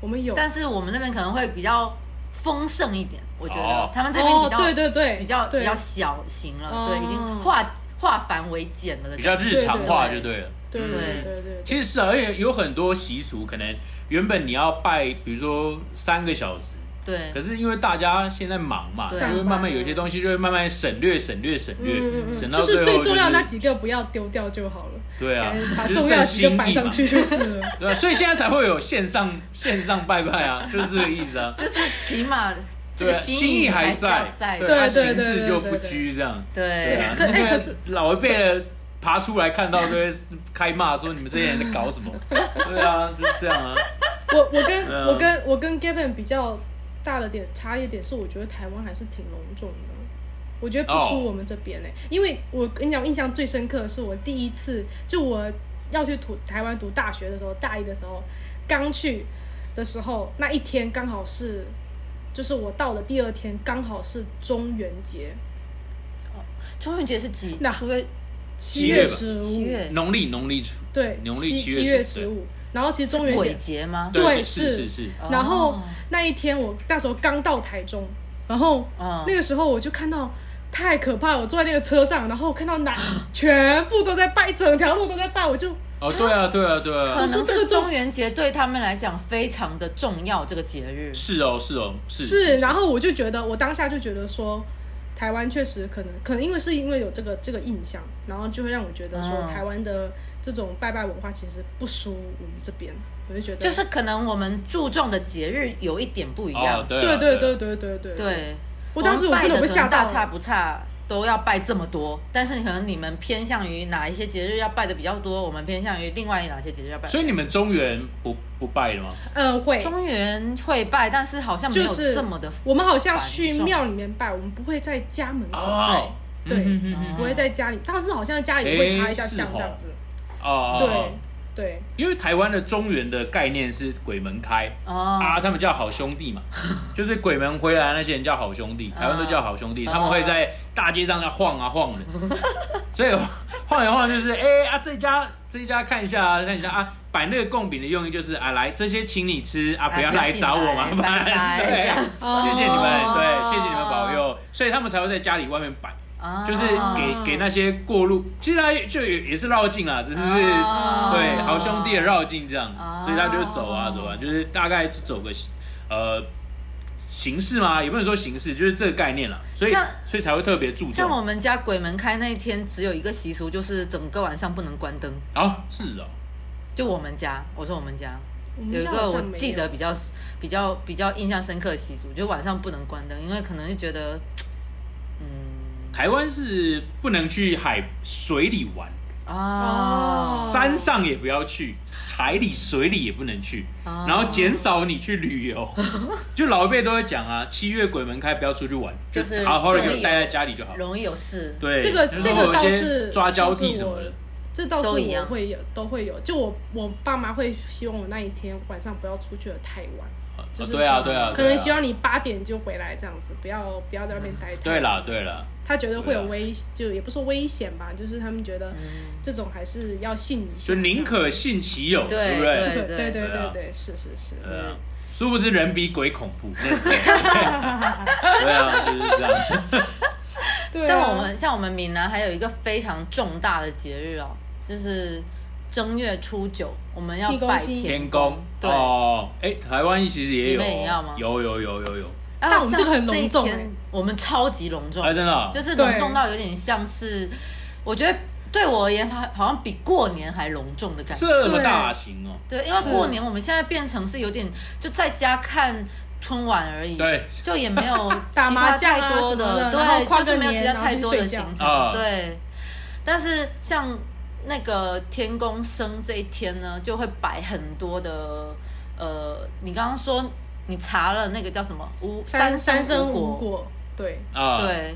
Speaker 4: 我们有
Speaker 2: 但是我们那边可能会比较丰盛一点，我觉
Speaker 1: 哦
Speaker 2: 得他们这边比
Speaker 4: 哦，
Speaker 2: 较
Speaker 4: 对对对，
Speaker 2: 比较
Speaker 4: 对
Speaker 2: 比较小型了，
Speaker 4: 哦
Speaker 2: 对，已经化化繁为简了的
Speaker 1: 比
Speaker 2: 感
Speaker 1: 较
Speaker 2: 觉，
Speaker 1: 日常化就
Speaker 2: 对对
Speaker 1: 对了。
Speaker 4: 对
Speaker 2: 嗯
Speaker 4: 对对对对，
Speaker 1: 其实是啊，而且有很多习俗，可能原本你要拜，比如说三个小时，
Speaker 2: 对
Speaker 4: 嗯
Speaker 1: 可。是因为大家现在忙嘛，就
Speaker 2: 对
Speaker 1: 会慢慢有些东西就会慢慢省略、省略、省略，
Speaker 4: 嗯嗯
Speaker 1: 省
Speaker 4: 嗯，
Speaker 1: 到
Speaker 4: 就
Speaker 1: 最后
Speaker 4: 是最重要
Speaker 1: 就是
Speaker 4: 那几个不要丢掉就好了，
Speaker 1: 对啊，
Speaker 4: 把
Speaker 1: 就是
Speaker 4: 重
Speaker 1: 剩
Speaker 4: 要的几个
Speaker 1: 心
Speaker 4: 摆
Speaker 1: 意嘛
Speaker 4: 上，去就是了。
Speaker 1: 对啊，所以现在才会有线上线上拜拜啊，就是这个意思啊。
Speaker 2: 就是起码这
Speaker 1: 对
Speaker 2: 个
Speaker 1: 啊，
Speaker 2: 心
Speaker 1: 意
Speaker 2: 意还是要
Speaker 1: 在，
Speaker 2: 在
Speaker 1: 对
Speaker 2: 的，
Speaker 1: 啊，
Speaker 4: 对对
Speaker 1: 形
Speaker 4: 对
Speaker 1: 式
Speaker 4: 对
Speaker 1: 就
Speaker 4: 对
Speaker 1: 不
Speaker 4: 对
Speaker 1: 拘这样。对
Speaker 2: 对
Speaker 1: 啊，
Speaker 4: 可
Speaker 1: 那
Speaker 4: 哎可
Speaker 1: 个
Speaker 4: 是
Speaker 1: 老一辈的爬出来看到都会开骂说你们这些人在搞什么？对啊，就是这样啊。
Speaker 4: 我我跟
Speaker 1: 嗯
Speaker 4: 我跟我跟 Gavin 比较大的点差异点是，我觉得台湾还是挺隆重的，我觉得不
Speaker 1: 哦
Speaker 4: 输我们这边呢、欸因为我跟你讲，印象最深刻的是我第一次就我要去读台湾读大学的时候，大一的时候刚去的时候，那一天刚好是。就是我到的第二天，刚好是中元节，
Speaker 2: 中元节是几？
Speaker 4: 那
Speaker 2: 除了
Speaker 1: 七
Speaker 4: 七
Speaker 1: 月吧
Speaker 4: 十五，
Speaker 2: 七月
Speaker 1: 农历农历初，
Speaker 4: 对，
Speaker 1: 农历
Speaker 4: 七
Speaker 1: 七月
Speaker 4: 月
Speaker 1: 十
Speaker 4: 十
Speaker 1: 五
Speaker 4: 五。然后其实中
Speaker 2: 是
Speaker 4: 元
Speaker 2: 鬼
Speaker 4: 节，
Speaker 2: 节吗？
Speaker 4: 对
Speaker 1: 是
Speaker 4: 是
Speaker 1: 是是，
Speaker 2: 哦
Speaker 4: 然后那一天我那时候刚到台中，然后
Speaker 2: 嗯
Speaker 4: 那个时候我就看到太可怕了，我坐在那个车上，然后看到男全部都在拜，整条路都在拜，我就
Speaker 1: 哦，对啊，对啊，对啊
Speaker 2: 可，
Speaker 4: 说
Speaker 2: 能
Speaker 4: 这
Speaker 2: 这
Speaker 4: 个
Speaker 2: 个
Speaker 4: 中
Speaker 2: 中元节对他们来讲非常的重要，这个节日
Speaker 1: 是哦，是哦，是
Speaker 4: 是，然后我就觉得我当下就觉得说。台湾确实可能，可能因为是因为有这个这个印象，然后就会让我觉得说
Speaker 2: 嗯
Speaker 4: 台湾的这种拜拜文化其实不输我们这边，我就觉得
Speaker 2: 就是可能我们注重的节日有一点不一
Speaker 1: 哦
Speaker 2: 样，，
Speaker 1: 对
Speaker 4: 对
Speaker 1: 啊
Speaker 4: 对
Speaker 1: 对
Speaker 4: 对
Speaker 1: 啊
Speaker 4: 对对对，
Speaker 2: 对。
Speaker 4: 我当时我
Speaker 2: 们
Speaker 4: 真的
Speaker 2: 拜
Speaker 4: 被吓到
Speaker 2: 可能大差
Speaker 4: 了，
Speaker 2: 不差都要拜这么多，但是可能你们偏向于哪一些节日要拜的比较多，我们偏向于另外哪些节日要拜。
Speaker 1: 所以你们中原不不拜了吗？
Speaker 4: 嗯，会
Speaker 2: 中元会拜，但是好像哦没有
Speaker 4: 就是
Speaker 2: 这么的
Speaker 4: 我们好像去
Speaker 2: 繁重
Speaker 4: 庙里面拜，我们不会在家门口拜
Speaker 1: 哦，，
Speaker 4: 对
Speaker 1: 嗯哼哼哼
Speaker 4: 不会在家里，但是好像家里会插一下
Speaker 1: 诶是
Speaker 4: 香
Speaker 1: 哦
Speaker 4: 这样子。
Speaker 1: 哦哦，
Speaker 4: 对
Speaker 1: 哦
Speaker 4: 对，
Speaker 1: 因为台湾的中原的概念是鬼门开
Speaker 2: 哦
Speaker 1: 啊，他们叫好兄弟嘛，就是鬼门回来那些人叫好兄弟，台湾都叫好兄弟，他们会在大街上那晃啊晃的，所以晃来晃去就是哎、啊这家这家看一下啊看一下啊，摆那个贡饼的用意就是啊来这些请你吃啊，
Speaker 2: 啊
Speaker 1: 不要
Speaker 2: 不要
Speaker 1: 来
Speaker 2: 进
Speaker 1: 找我麻
Speaker 2: 来拜
Speaker 1: 烦，
Speaker 2: 拜这样
Speaker 1: 对，谢谢啊你们，
Speaker 2: 哦
Speaker 1: 对，谢谢你们保佑，所以他们才会在家里外面摆。
Speaker 2: 啊
Speaker 1: 就是给给那些过路，其实他就也也是绕境啦，只是是
Speaker 2: 哦
Speaker 1: 对好兄弟的绕境这样，
Speaker 2: 哦
Speaker 1: 所以他就走啊走啊，就是大概走个呃形式嘛，也不能说形式，就是这个概念啦，所以
Speaker 2: 像
Speaker 1: 所以才会特别注
Speaker 2: 像
Speaker 1: 重。
Speaker 2: 我们家鬼门开那一天，只有一个习俗，就是整个晚上不能关灯。
Speaker 1: 啊，是哦，
Speaker 2: 就我们家，我说我们家
Speaker 4: 我们
Speaker 2: 有一
Speaker 4: 家
Speaker 2: 个
Speaker 4: 嗯好
Speaker 2: 我
Speaker 4: 像没
Speaker 2: 记
Speaker 4: 有
Speaker 2: 得比较比较比较印象深刻的习俗，就晚上不能关灯，因为可能就觉得，嗯
Speaker 1: 台湾是不能去海水里玩，
Speaker 2: 啊，
Speaker 4: 哦
Speaker 1: 山上也不要去，海里水里也不能去，
Speaker 2: 哦
Speaker 1: 然后减少你去旅游。就老一辈都会讲啊，七月鬼门开不要出去玩，就
Speaker 2: 就是
Speaker 1: 好好的给
Speaker 2: 容
Speaker 1: 我
Speaker 2: 易
Speaker 1: 待在家里就好了。
Speaker 2: 容易有事。
Speaker 1: 对，
Speaker 4: 这个
Speaker 1: 就是
Speaker 4: 这个
Speaker 1: 会有一
Speaker 4: 倒
Speaker 1: 些
Speaker 4: 是
Speaker 1: 抓交
Speaker 4: 就是
Speaker 1: 替什么
Speaker 4: 我
Speaker 1: 的，
Speaker 4: 这倒是
Speaker 2: 都一
Speaker 4: 我
Speaker 2: 样
Speaker 4: 会有都会有，就我我爸妈会希望我那一天晚上不要出去的太晚，
Speaker 1: 哦
Speaker 4: 就是
Speaker 1: 对啊，
Speaker 4: 说
Speaker 1: 对啊，
Speaker 4: 可能
Speaker 1: 对啊嗯
Speaker 4: 希望你八点就回来这样子，不要不要在外面待太
Speaker 1: 对
Speaker 4: 久
Speaker 1: 啦，对啦，
Speaker 4: 他觉得会有
Speaker 1: 对啊
Speaker 4: 危，就也不说危险吧，就是他们觉得
Speaker 2: 嗯
Speaker 4: 这种还是要信一下，
Speaker 1: 就宁可信其有，
Speaker 2: 对
Speaker 1: 不
Speaker 4: 这
Speaker 1: 对？
Speaker 4: 样对
Speaker 2: 对呃
Speaker 4: 对
Speaker 1: 对啊
Speaker 4: 对对，是是是，
Speaker 1: 对
Speaker 2: 嗯
Speaker 1: 啊，殊不知人比鬼恐怖，那时候对啊，就是这样。
Speaker 4: 对啊。
Speaker 2: 但我们像我们闽南还有一个非常重大的节日哦，就是正月初九，我们要
Speaker 4: 地公
Speaker 2: 拜
Speaker 4: 星
Speaker 2: 天
Speaker 1: 天宫
Speaker 2: 对，
Speaker 1: 哦，哎，台湾其实也
Speaker 2: 你
Speaker 1: 有，哦
Speaker 2: 们也要吗
Speaker 1: 有有有有有，
Speaker 2: 然
Speaker 4: 但
Speaker 2: 后
Speaker 4: 我们这个很
Speaker 2: 像一
Speaker 4: 隆重
Speaker 2: 天
Speaker 4: 欸
Speaker 2: 我们超级隆重，
Speaker 1: 哎，真的啊，
Speaker 2: 就是
Speaker 4: 对
Speaker 2: 隆重到有点像是，我觉得对我而言，好好像比过年还隆重的感觉。
Speaker 1: 这么大型哦，
Speaker 2: 对，因为
Speaker 4: 是
Speaker 2: 过年我们现在变成是有点就在家看春晚而已，
Speaker 1: 对，
Speaker 2: 就也没有其
Speaker 4: 打麻
Speaker 2: 他
Speaker 4: 将啊
Speaker 2: 太多
Speaker 4: 什么的然后
Speaker 2: 对，
Speaker 4: 跨
Speaker 2: 就
Speaker 4: 个
Speaker 2: 是没有其他
Speaker 4: 年然后
Speaker 2: 太
Speaker 4: 去
Speaker 2: 多
Speaker 4: 睡
Speaker 2: 的
Speaker 4: 觉
Speaker 2: 行程，
Speaker 1: 啊
Speaker 2: 对。但是像那个天公生这一天呢，就会摆很多的呃，你刚刚说你查了那个叫什么五
Speaker 4: 三
Speaker 2: 三
Speaker 4: 生
Speaker 2: 五
Speaker 4: 五
Speaker 2: 果，
Speaker 4: 果，对，
Speaker 1: 啊，，
Speaker 2: 对，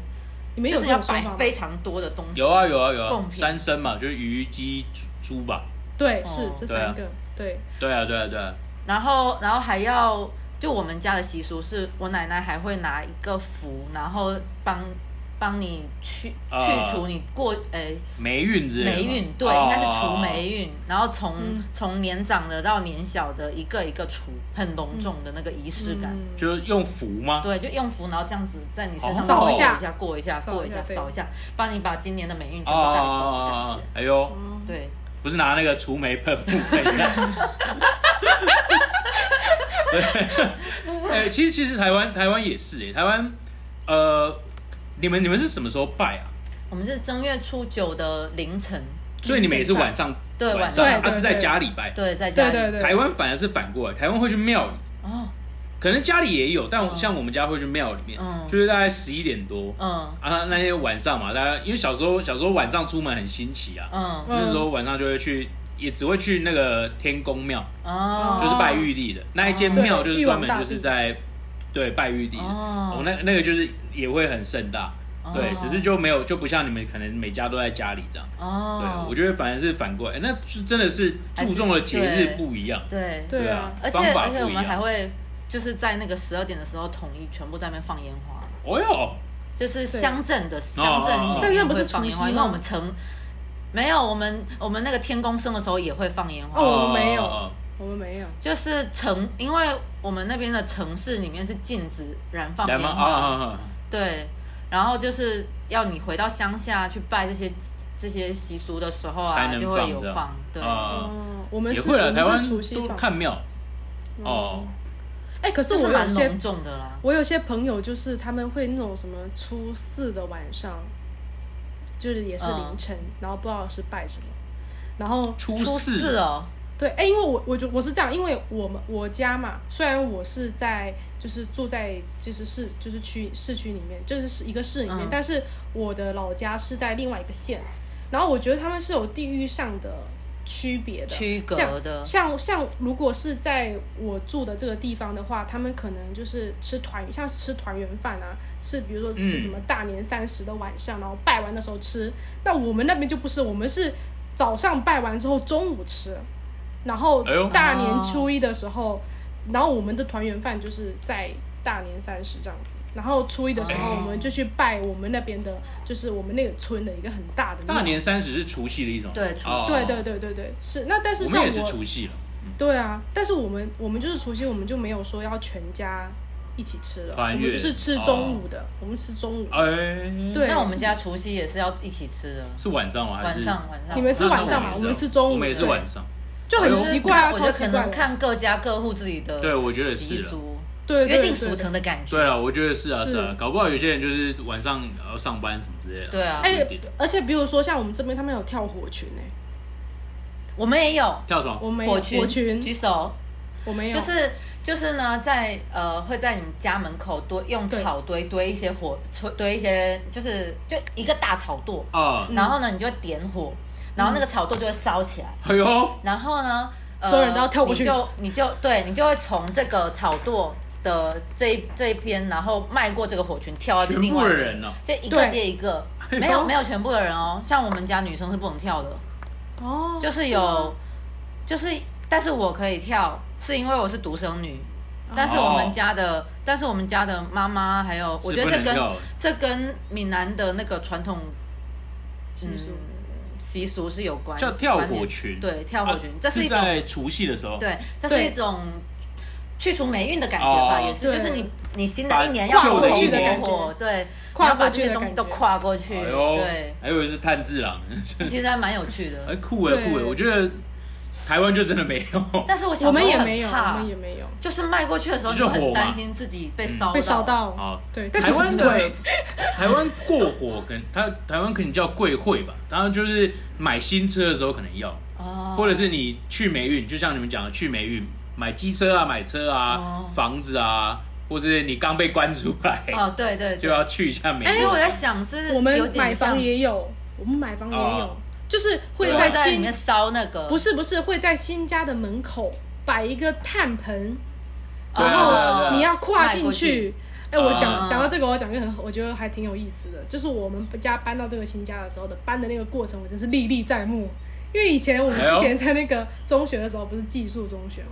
Speaker 4: 你们有
Speaker 2: 就
Speaker 4: 这
Speaker 2: 是要
Speaker 4: 种说
Speaker 2: 摆
Speaker 4: 法吗？
Speaker 2: 非常多的东西，
Speaker 1: 有啊有啊有啊
Speaker 2: 贡，品
Speaker 1: 三生嘛，就是鱼、鸡、猪猪吧，
Speaker 4: 对，是
Speaker 2: 哦
Speaker 4: 这
Speaker 1: 对啊
Speaker 4: 三个，对，
Speaker 1: 对啊对啊对啊，
Speaker 2: 然后然后还要就我们家的习俗是我奶奶还会拿一个符，然后帮帮你去
Speaker 1: 啊
Speaker 2: 去除你过诶、
Speaker 1: 霉运之类的吗，
Speaker 2: 霉运，对，
Speaker 1: 哦
Speaker 2: 应该是除霉。运，然后从、
Speaker 4: 嗯
Speaker 2: 从年长的到年小的一个一个除，很隆重的那个仪式感。
Speaker 4: 嗯
Speaker 1: 就是用符吗？
Speaker 2: 对，就用符，然后这样子在你身上
Speaker 1: 好
Speaker 2: 过
Speaker 1: 扫一
Speaker 4: 下
Speaker 2: 下，过一下，
Speaker 4: 扫
Speaker 2: 过一
Speaker 4: 一下
Speaker 2: 下，
Speaker 4: 对
Speaker 2: 扫一下，帮你把今年的霉运全
Speaker 1: 啊
Speaker 2: 部带走的感
Speaker 1: 哦
Speaker 2: 觉。，
Speaker 1: 哎呦，
Speaker 2: 对，
Speaker 1: 不是拿那个除霉喷雾 喷一下。 对， 哎、其实其实台湾台湾也是哎、台湾呃，你们你们是什么时候拜啊？
Speaker 2: 我们是正月初九的凌晨，
Speaker 1: 所以你们也是晚上
Speaker 2: 对
Speaker 1: 晚
Speaker 2: 晚
Speaker 1: 上，
Speaker 4: 上
Speaker 1: 他、是在家里拜。
Speaker 2: 对，在家
Speaker 4: 对
Speaker 2: 里。
Speaker 4: 对对，
Speaker 1: 台湾反而是反过来，台湾会去庙里，
Speaker 2: 哦，
Speaker 1: 可能家里也有，但像我们家会去庙里面，
Speaker 2: 嗯
Speaker 1: 就是大概十一点多、
Speaker 2: 嗯
Speaker 1: 啊，那些晚上嘛，大家因为小时候小时候晚上出门很新奇啊，
Speaker 2: 嗯。
Speaker 4: 哦
Speaker 1: 那时候晚上就会去，也只会去那个天宫庙，
Speaker 2: 哦，
Speaker 1: 就是拜玉帝的那一间庙，就是专门就是在对拜玉帝的，
Speaker 2: 哦
Speaker 1: 哦，那那个就是也会很盛大，对，只是就没有就不像你们可能每家都在家里这样，对
Speaker 2: 哦，，
Speaker 1: 我觉得反而是反过来，那是真的是注重的节
Speaker 2: 还是
Speaker 1: 日
Speaker 2: 对
Speaker 1: 不一样，
Speaker 2: 对
Speaker 4: 对
Speaker 1: 对
Speaker 4: 啊
Speaker 1: 啊，
Speaker 2: 而且
Speaker 1: 方法
Speaker 2: 而且我
Speaker 1: 不一
Speaker 2: 们还
Speaker 1: 样，
Speaker 2: 会就是在那个十二点的时候统一全部在那边放烟花，
Speaker 1: 哦哟，
Speaker 2: 就是乡镇的乡镇
Speaker 1: 哦哦哦，
Speaker 4: 但那不是除夕
Speaker 2: 放烟花，
Speaker 4: 吗
Speaker 2: 因为我们城没有我们我们那个天公生的时候也会放烟花，
Speaker 4: 哦我们没有
Speaker 1: 哦
Speaker 4: 我们没有，
Speaker 2: 就是城，因为我们那边的城市里面是禁止燃放
Speaker 1: 来
Speaker 2: 烟
Speaker 1: 吗？
Speaker 2: 花
Speaker 1: 啊啊啊啊，
Speaker 2: 对，然后就是要你回到乡下去拜这些这些习俗的时候
Speaker 1: 才
Speaker 2: 啊，
Speaker 1: 能
Speaker 2: 就
Speaker 1: 放
Speaker 2: 会有
Speaker 1: 这样
Speaker 2: 放，对，
Speaker 1: 啊，
Speaker 4: 哦，我们
Speaker 1: 也
Speaker 4: 是
Speaker 1: 会
Speaker 4: 我
Speaker 1: 了，台
Speaker 4: 们
Speaker 1: 湾
Speaker 4: 是除夕
Speaker 1: 都
Speaker 4: 放，
Speaker 1: 看庙，
Speaker 2: 嗯
Speaker 1: 哦，
Speaker 4: 哎，可是
Speaker 2: 就是
Speaker 4: 我有
Speaker 2: 蛮
Speaker 4: 些
Speaker 2: 隆重的啦。
Speaker 4: 我有些朋友就是他们会那种什么初四的晚上，就是也是
Speaker 2: 嗯
Speaker 4: 凌晨，然后不知道是拜什么，然后
Speaker 1: 初
Speaker 2: 初四
Speaker 1: 四，
Speaker 2: 哦，
Speaker 4: 对，哎，因为我我就我是这样，因为我们我家嘛，虽然我是在就是住在就是市就是区市区里面，就是是一个市里面，
Speaker 2: 嗯
Speaker 4: 但是我的老家是在另外一个县，然后我觉得他们是有地域上的区别的
Speaker 2: 区隔
Speaker 4: 像
Speaker 2: 的
Speaker 4: 像像如果是在我住的这个地方的话，他们可能就是吃团，像吃团圆饭啊，是比如说吃
Speaker 1: 嗯
Speaker 4: 什么大年三十的晚上，然后拜完的时候吃。但我们那边就不是，我们是早上拜完之后中午吃，然后
Speaker 1: 哎呦
Speaker 4: 大年初一的时候，然后我们的团圆饭就是在大年三十这样子。然后初一的时候，
Speaker 1: 哎
Speaker 4: 我们就去拜我们那边的，就是我们那个村的一个很大的庙
Speaker 1: 大。年三十是除夕的一种，
Speaker 2: 对除夕
Speaker 1: 哦
Speaker 4: 对对，对对对，是那但是
Speaker 1: 我
Speaker 4: 像
Speaker 1: 们
Speaker 4: 我
Speaker 1: 也是除夕了。
Speaker 4: 对啊，但是我们我们就是除夕，我们就没有说要全家一起吃了，我
Speaker 1: 团
Speaker 4: 们
Speaker 1: 圆哦
Speaker 4: 就是吃中午的，我们吃中午。
Speaker 1: 哎、
Speaker 4: 对，
Speaker 2: 嗯那我们家除夕也是要一起吃的，
Speaker 1: 是晚上吗？还
Speaker 2: 晚
Speaker 1: 是
Speaker 2: 上晚上。
Speaker 4: 你们是晚上
Speaker 1: 那
Speaker 4: 嘛，
Speaker 1: 那
Speaker 4: 我们吃中午，
Speaker 1: 我们也是
Speaker 4: 对
Speaker 1: 晚上。
Speaker 4: 就很奇怪啊，
Speaker 2: 我
Speaker 4: 超
Speaker 2: 觉得
Speaker 4: 奇
Speaker 2: 可
Speaker 4: 怪
Speaker 2: 能
Speaker 4: 的，
Speaker 2: 看各家各户自己的
Speaker 1: 哎对我觉得是
Speaker 2: 习
Speaker 1: 啊
Speaker 2: 俗
Speaker 4: 对
Speaker 2: 约
Speaker 4: 对
Speaker 2: 定
Speaker 4: 对
Speaker 2: 俗
Speaker 4: 对
Speaker 2: 成的感觉。
Speaker 1: 对了，我觉得是啊
Speaker 4: 是
Speaker 1: 是啊，搞不好有些人就是晚上要上班什么之类的。
Speaker 2: 对啊
Speaker 1: 不
Speaker 4: 哎
Speaker 1: 一定，
Speaker 4: 而且比如说像我们这边，他们有跳火群呢，
Speaker 2: 我们也有
Speaker 1: 跳什么？
Speaker 4: 我没有
Speaker 2: 哦火群，
Speaker 4: 火群，
Speaker 2: 举手，
Speaker 4: 我没有，
Speaker 2: 就是就是呢，在呃会在你们家门口堆用
Speaker 4: 对
Speaker 2: 草堆堆一些火，堆一些就是就一个大草垛，
Speaker 4: 嗯
Speaker 1: 啊、
Speaker 2: 然后呢你就点火，然后那个草垛就会烧起来，
Speaker 1: 哎呦，
Speaker 2: 然后呢，呃、
Speaker 4: 所有人都要跳过去
Speaker 2: 你就你就对你就会从这个草垛的这一这一边，然后迈过这个火群，跳到
Speaker 1: 全
Speaker 2: 另
Speaker 1: 部
Speaker 2: 外一
Speaker 1: 的
Speaker 2: 边
Speaker 1: 人呢、哦哎
Speaker 2: 就一个
Speaker 4: 对
Speaker 2: 接一个，
Speaker 1: 呦
Speaker 2: 没有没有全部的人哦，像我们家女生是不能跳的，
Speaker 4: 哦，
Speaker 2: 就是有，就是，但是我可以跳，是因为我是独生女。
Speaker 4: 哦
Speaker 2: 但是我们家的，但是我们家的妈妈还有，我觉得
Speaker 1: 是
Speaker 2: 这
Speaker 1: 不能
Speaker 2: 跟
Speaker 1: 跳的
Speaker 2: 这跟闽南的那个传统
Speaker 4: 习俗
Speaker 2: 嗯习俗是有关，
Speaker 1: 叫跳
Speaker 2: 关
Speaker 1: 火
Speaker 2: 联
Speaker 1: 群，
Speaker 2: 对，跳火群
Speaker 1: 啊，
Speaker 2: 这是一种
Speaker 1: 在除夕的时候，
Speaker 2: 对，这是
Speaker 4: 对
Speaker 2: 一种去除霉运的感觉吧，
Speaker 1: 哦
Speaker 2: 也是，就
Speaker 4: 对
Speaker 2: 是你你新
Speaker 1: 把
Speaker 2: 的一年要
Speaker 1: 旧的
Speaker 2: 红红
Speaker 1: 一
Speaker 2: 火
Speaker 1: 年
Speaker 2: 火，对，
Speaker 4: 跨
Speaker 2: 你要把
Speaker 4: 过
Speaker 2: 这
Speaker 4: 去
Speaker 2: 些
Speaker 4: 的
Speaker 2: 东西
Speaker 4: 感
Speaker 2: 都
Speaker 4: 觉
Speaker 2: 跨过去，
Speaker 1: 哎呦
Speaker 2: 对，，
Speaker 1: 还以为是炭治郎，
Speaker 2: 其实还蛮有趣的。
Speaker 1: 哎酷哎
Speaker 4: 对
Speaker 1: 酷哎，我觉得台湾就真的没 有，
Speaker 2: 但是我小
Speaker 4: 我
Speaker 2: 时
Speaker 4: 们
Speaker 2: 候
Speaker 4: 也没
Speaker 2: 很
Speaker 4: 有，
Speaker 2: 怕
Speaker 4: 我们，也没有
Speaker 2: 就是迈过去的时候，你
Speaker 1: 热火嗯
Speaker 2: 很
Speaker 1: 嘛
Speaker 2: 担心自己被烧
Speaker 4: 被烧
Speaker 2: 到。哦
Speaker 4: 到。
Speaker 1: 啊，
Speaker 4: 对，但
Speaker 1: 台
Speaker 4: 其实
Speaker 1: 湾
Speaker 4: 不
Speaker 1: 的
Speaker 4: 会，
Speaker 1: 台湾过火跟台台湾可能叫贵会吧，当然就是买新车的时候可能要，
Speaker 2: 哦
Speaker 1: 或者是你去霉运，就像你们讲的去霉运，买机车啊、买车啊、
Speaker 2: 哦
Speaker 1: 房子啊，或者是你刚被关出来
Speaker 2: 哦，对对
Speaker 1: 就
Speaker 2: 对。
Speaker 1: 要去一下霉
Speaker 2: 其实
Speaker 1: 运
Speaker 2: 我。在想是，
Speaker 4: 哎我们
Speaker 2: 有点
Speaker 4: 买
Speaker 2: 像
Speaker 4: 房也有，我们买房也有
Speaker 1: 哦，
Speaker 4: 就是会
Speaker 2: 就
Speaker 4: 在
Speaker 2: 会在里
Speaker 4: 新
Speaker 2: 面烧那个，
Speaker 4: 不是不是会在新家的门口摆一个炭盆，
Speaker 1: 对啊对啊
Speaker 4: 然
Speaker 1: 对
Speaker 4: 后
Speaker 1: 啊
Speaker 4: 你要
Speaker 2: 迈
Speaker 4: 跨
Speaker 2: 过
Speaker 4: 进
Speaker 2: 去
Speaker 4: 去。哎，我
Speaker 1: 啊
Speaker 4: 讲讲到这个，我讲个很好，我觉得还挺有意思的，就是我们家搬到这个新家的时候的搬的那个过程，我真是历历在目。因为以前我们
Speaker 1: 哎呦
Speaker 4: 之前在那个中学的时候，不是寄宿中学嘛，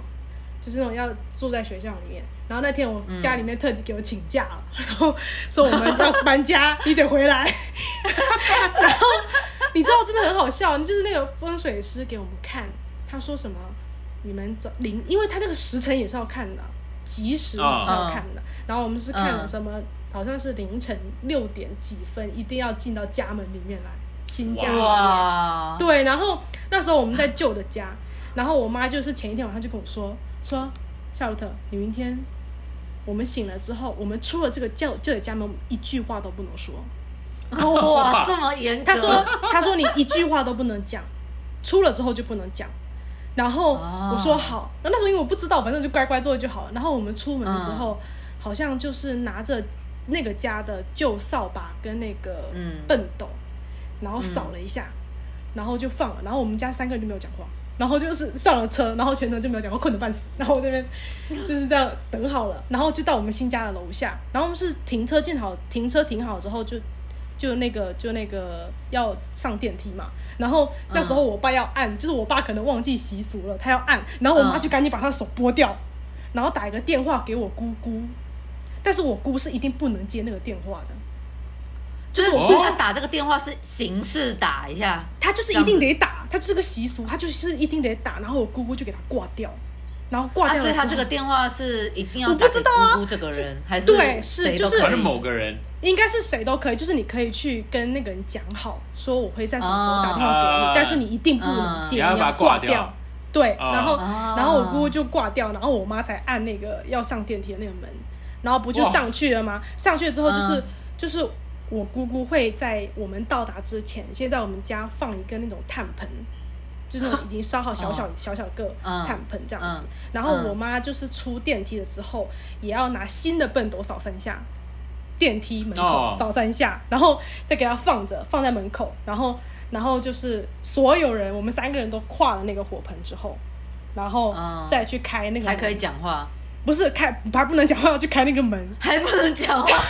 Speaker 4: 就是那种要住在学校里面。然后那天我家里面特地给我请假了，然后说我们要搬 家，你得回来。然后你知道真的很好笑，就是那个风水师给我们看，他说什么？你们走零，因为他那个时辰也是要看的，吉时也是要看的。然后我们是看了什么？好像是凌晨六点几分，一定要进到家门里面来，新家里面
Speaker 2: 哇，
Speaker 4: 对，然后那时候我们在旧的家，然后我妈就是前一天晚上就跟我说说，夏洛特，你明天我们醒了之后，我们出了这个旧旧的家门，我们一句话都不能说。
Speaker 2: 哇，这么严格。
Speaker 4: 她说她说你一句话都不能讲，出了之后就不能讲。然后
Speaker 2: 哦
Speaker 4: 我说好，那那时候因为我不知道，反正就乖乖做就好了。然后我们出门的时候，
Speaker 2: 嗯
Speaker 4: 好像就是拿着那个家的旧扫把跟那个
Speaker 2: 嗯
Speaker 4: 笨斗，然后扫了一下，然后就放了。然后我们家三个人就没有讲话，然后就是上了车，然后全程就没有讲话，困得半死。然后我这边就是这样等好了，然后就到我们新家的楼下，然后我们是停车进好，停车停好之后就。就那个，就那个要上电梯嘛，然后那时候我爸要按，就是我爸可能忘记习俗了，他要按，然后我妈
Speaker 2: 嗯
Speaker 4: 就赶紧把他的手拨掉，然后打一个电话给我姑姑，但是我姑是一定不能接那个电话的，
Speaker 2: 就是
Speaker 1: 哦
Speaker 2: 所以他打这个电话是形式打一下，
Speaker 4: 她就是一定得打，她就是个习俗，她就是一定得打，然后我姑姑就给她挂掉，然后挂
Speaker 2: 啊，
Speaker 4: 掉
Speaker 2: 所
Speaker 4: 了
Speaker 2: 以
Speaker 4: 之后、
Speaker 2: 他这个电话是一定要
Speaker 4: 我
Speaker 2: 打
Speaker 4: 不
Speaker 2: 给
Speaker 4: 知道啊
Speaker 2: 姑姑这个人，还是
Speaker 4: 对是
Speaker 2: 谁都
Speaker 4: 就是
Speaker 2: 可
Speaker 1: 反
Speaker 2: 以
Speaker 1: 正某个人
Speaker 4: 应该是谁都可以，就是你可以去跟那个人讲好，说我会在什么时候打电话给你，
Speaker 1: 啊
Speaker 4: 但是你一定不能接，
Speaker 1: 你
Speaker 4: 你
Speaker 1: 要把它
Speaker 4: 要
Speaker 1: 挂
Speaker 4: 挂
Speaker 1: 掉
Speaker 4: 掉。对，
Speaker 1: 啊
Speaker 4: 然后
Speaker 2: 啊
Speaker 4: 然后我姑姑就挂掉，然后我妈才按那个要上电梯的那个门，然后不就
Speaker 1: 哇
Speaker 4: 上去了吗？上去了之后就是
Speaker 2: 嗯
Speaker 4: 就是我姑姑会在我们到达之前，先在我们家放一个那种炭盆。就是那种已经烧好小
Speaker 1: 啊
Speaker 4: 小小小个
Speaker 2: 嗯
Speaker 4: 炭盆这样子
Speaker 2: 嗯，
Speaker 4: 然后
Speaker 2: 嗯
Speaker 4: 我妈就是出电梯了之后，也要拿新的笨斗扫三下，电梯门口
Speaker 1: 哦
Speaker 4: 扫三下，然后再给它放着，放在门口，然后然后就是所有人，我们三个人都跨了那个火盆之后，然后
Speaker 2: 嗯
Speaker 4: 再去开那个
Speaker 2: 才可以
Speaker 4: 门，
Speaker 2: 讲话，
Speaker 4: 不是开还不能讲话，要去开那个门，
Speaker 2: 还不能讲话，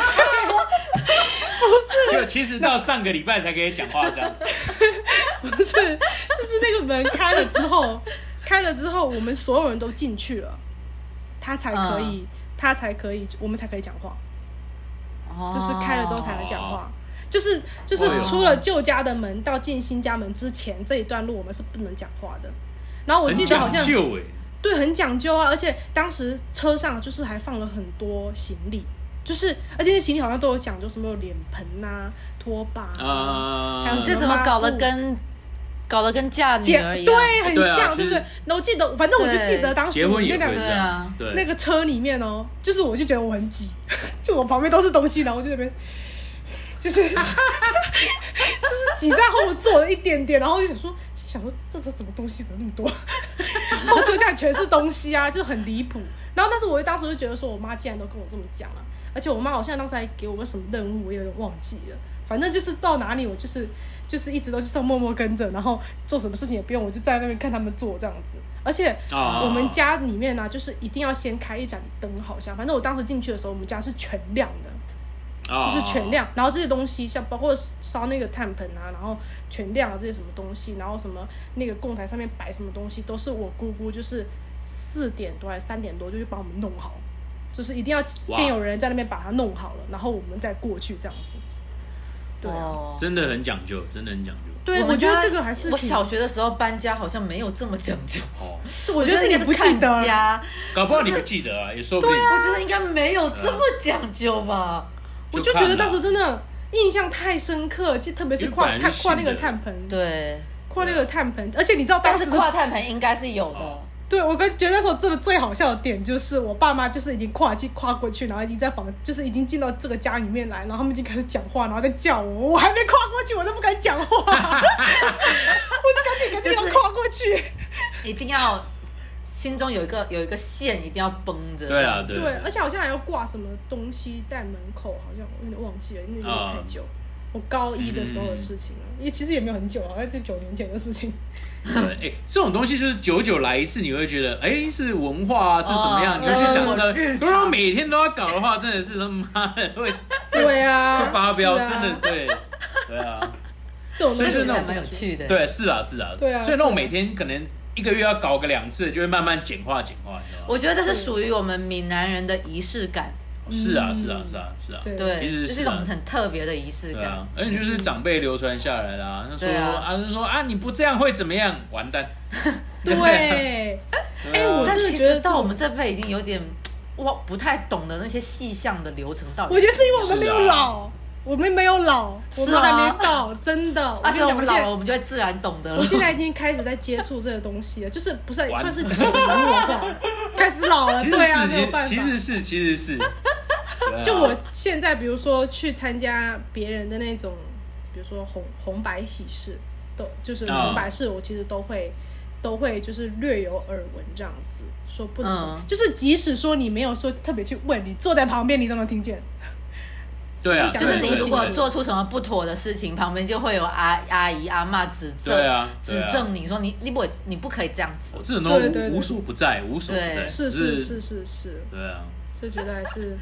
Speaker 1: 就其实到上个礼拜才可以讲话这样子，
Speaker 4: 不是，就是那个门开了之 后，开了之后，我们所有人都进去了，他才可以，
Speaker 2: 啊
Speaker 4: 他才可以，我们才可以讲话。 就是开了之后才能讲话。
Speaker 1: 哦
Speaker 4: 就是就是
Speaker 1: 哎呦
Speaker 4: 出了旧家的门到进新家门之前这一段路，我们是不能讲话的。然后 我记得好像
Speaker 1: 很讲究哎，
Speaker 4: 对很讲究啊，而且当时车上就是还放了很多行李，就是而且那行李好像都有讲究什么有脸盆呐、拖把啊，还
Speaker 1: 啊
Speaker 4: 有
Speaker 2: 你
Speaker 4: 什
Speaker 2: 哦这怎么搞得跟搞得跟嫁女
Speaker 4: 结
Speaker 2: 儿一样？
Speaker 4: 对很
Speaker 1: 对啊其
Speaker 4: 像，
Speaker 1: 实
Speaker 4: 对不对？那我记得，反正我就记得
Speaker 2: 对
Speaker 4: 当时
Speaker 1: 呃结
Speaker 4: 我
Speaker 1: 婚
Speaker 4: 们那
Speaker 1: 也
Speaker 4: 两
Speaker 1: 会
Speaker 4: 个
Speaker 1: 这
Speaker 2: 对
Speaker 1: 样
Speaker 2: 啊，
Speaker 1: 对
Speaker 4: 那个车里面哦，就是我就觉得我很挤， 就我旁边都是东西，然后我就在那边， 就是 就是挤在后座的一点点，然后我就想说，想说这这什么东西怎么那么多， 后车厢全是东西啊，就很离谱。然后但是我当时就觉得说，我妈既然都跟我这么讲了、而且我妈好像当时还给我个什么任务，我有点忘记了。反正就是到哪里，我就是就是一直都就是默默跟着，然后做什么事情也不用，我就在那边看他们做这样子。而且
Speaker 1: 啊
Speaker 4: 我们家里面呢、就是一定要先开一盏灯，好像反正我当时进去的时候，我们家是全亮的，
Speaker 1: 哦
Speaker 4: 就是全量。然后这些东西，像包括烧那个炭盆啊，然后全量啊这些什么东西，然后什么那个供台上面摆什么东西，都是我姑姑就是四点多还是三点多就去帮我们弄好，就是一定要先有人在那边把它弄好了，然后我们再过去这样子。对啊，
Speaker 2: 哦
Speaker 1: 真的很讲究，真的很讲究。
Speaker 4: 对，
Speaker 2: 们
Speaker 4: 我觉得
Speaker 2: 家
Speaker 4: 这个还是
Speaker 2: 我
Speaker 4: 挺
Speaker 2: 小学的时候搬家好像没有这么讲究，
Speaker 1: 哦，
Speaker 4: 是， 我觉得是你
Speaker 2: 应该
Speaker 4: 不记得
Speaker 2: 看家，
Speaker 1: 搞不好你不记得啊，也说不定。
Speaker 2: 我觉得应该没有这么讲究吧。
Speaker 4: 我就
Speaker 1: 看
Speaker 4: 觉得
Speaker 1: 了
Speaker 4: 当时真的印象太深刻，就特别是
Speaker 1: 因为
Speaker 4: 跨
Speaker 1: 本来
Speaker 4: 碳
Speaker 1: 是
Speaker 4: 跨那
Speaker 1: 新
Speaker 4: 个
Speaker 1: 的
Speaker 4: 碳盆，
Speaker 2: 对，
Speaker 4: 跨那个碳盆，而且你知道嗯当
Speaker 2: 但
Speaker 4: 时
Speaker 2: 是跨碳盆应该是有的
Speaker 1: 哦。
Speaker 4: 对我跟觉得那时候真的最好笑的点就是我爸妈就是已经跨进跨过去，然后已经在房就是已经进到这个家里面来，然后他们已经开始讲话，然后在叫我，我还没跨过去，我都不敢 讲话，我就赶紧赶紧要
Speaker 2: 就是
Speaker 4: 跨过去。
Speaker 2: 一定要心中有一个有一个线，一定要绷着。
Speaker 1: 对啊，，对
Speaker 4: 对，而且好像还要挂什么东西在门口，好像我有点忘记了，因为有点太久。我高一的时候的事 情了，也其实也没有很久啊，好像就九年前的事情。
Speaker 1: 对，哎、这种东西就是久久来一次，你会觉得，哎、是文化啊，是怎么样？
Speaker 2: 哦
Speaker 1: 你会
Speaker 4: 嗯
Speaker 1: 去想
Speaker 2: 呃
Speaker 1: 这，
Speaker 2: 日
Speaker 1: 如
Speaker 2: 常
Speaker 1: 果每天都要搞的话，真的是他妈的会会
Speaker 4: 对啊，
Speaker 1: 发飙，
Speaker 4: 是啊
Speaker 1: 真 的对，对啊，
Speaker 4: 这种
Speaker 1: 所
Speaker 4: 东
Speaker 1: 以
Speaker 4: 西
Speaker 1: 就是那
Speaker 2: 还
Speaker 1: 种
Speaker 2: 蛮有趣的。，
Speaker 1: 对，是啊，是啊，
Speaker 4: 对啊
Speaker 1: 所以那种
Speaker 4: 是啊
Speaker 1: 每天可能一个月要搞个两次，就会慢慢简化简化，你知道吗？
Speaker 2: 我觉得这是属于我们闽南人的仪式感，
Speaker 1: 是啊，是啊，是啊，是啊，
Speaker 4: 嗯对
Speaker 2: 对，
Speaker 1: 其实是
Speaker 2: 这
Speaker 1: 啊
Speaker 2: 是一种很特别的仪式
Speaker 1: 对
Speaker 2: 感
Speaker 1: 啊。，而且就是长辈流传下来啦，他说
Speaker 2: 对啊
Speaker 1: 啊，就说啊，你不这样会怎么样？完蛋，
Speaker 4: 对。
Speaker 1: 对啊
Speaker 4: 哎我
Speaker 2: 但
Speaker 4: 真的
Speaker 2: 其
Speaker 4: 觉得
Speaker 2: 实
Speaker 4: 这
Speaker 2: 到我们这辈已经有点我不太懂得那些细项的流程到底。
Speaker 4: 我觉得是因为我们没
Speaker 1: 是
Speaker 4: 有
Speaker 1: 啊
Speaker 4: 老，我们没有老，我
Speaker 2: 是
Speaker 4: 们还
Speaker 2: 吗
Speaker 4: 没到，真的。
Speaker 2: 而
Speaker 1: 啊
Speaker 4: 跟你
Speaker 2: 且啊我
Speaker 4: 讲，
Speaker 2: 们
Speaker 4: 我
Speaker 2: 老
Speaker 4: 现
Speaker 2: 了，
Speaker 4: 在
Speaker 2: 我们就会自然懂得了。
Speaker 4: 我现在已经开始在接触这个东西了，就是不是
Speaker 1: 完
Speaker 4: 算是潜移默化，开始老了，
Speaker 1: 其实
Speaker 4: 对啊，
Speaker 1: 是，
Speaker 4: 没有办法。
Speaker 1: 其实是，其实 是，对啊
Speaker 4: 就我现在，比如说去参加别人的那种，比如说红红白喜事，都就是
Speaker 1: 啊
Speaker 4: 红白事，我其实都会、都会就是略有耳闻这样子，说不能怎么
Speaker 2: 嗯
Speaker 4: 就是即使说你没有说特别去问，你坐在旁边你都能听见。
Speaker 1: 对啊，
Speaker 4: 就 是
Speaker 2: 就是你
Speaker 1: 对
Speaker 2: 如果
Speaker 1: 对
Speaker 2: 做出什么不妥的事情，旁边就会有阿阿姨、阿嬷指正、
Speaker 1: 对啊对
Speaker 2: 指
Speaker 1: 啊
Speaker 2: 正你说你你不你不可以这样子
Speaker 1: 我。这种东西
Speaker 4: 对对对
Speaker 1: 无无所不在，无所不在，
Speaker 2: 对
Speaker 4: 是是，是是是，
Speaker 1: 对啊。
Speaker 4: 就觉得还是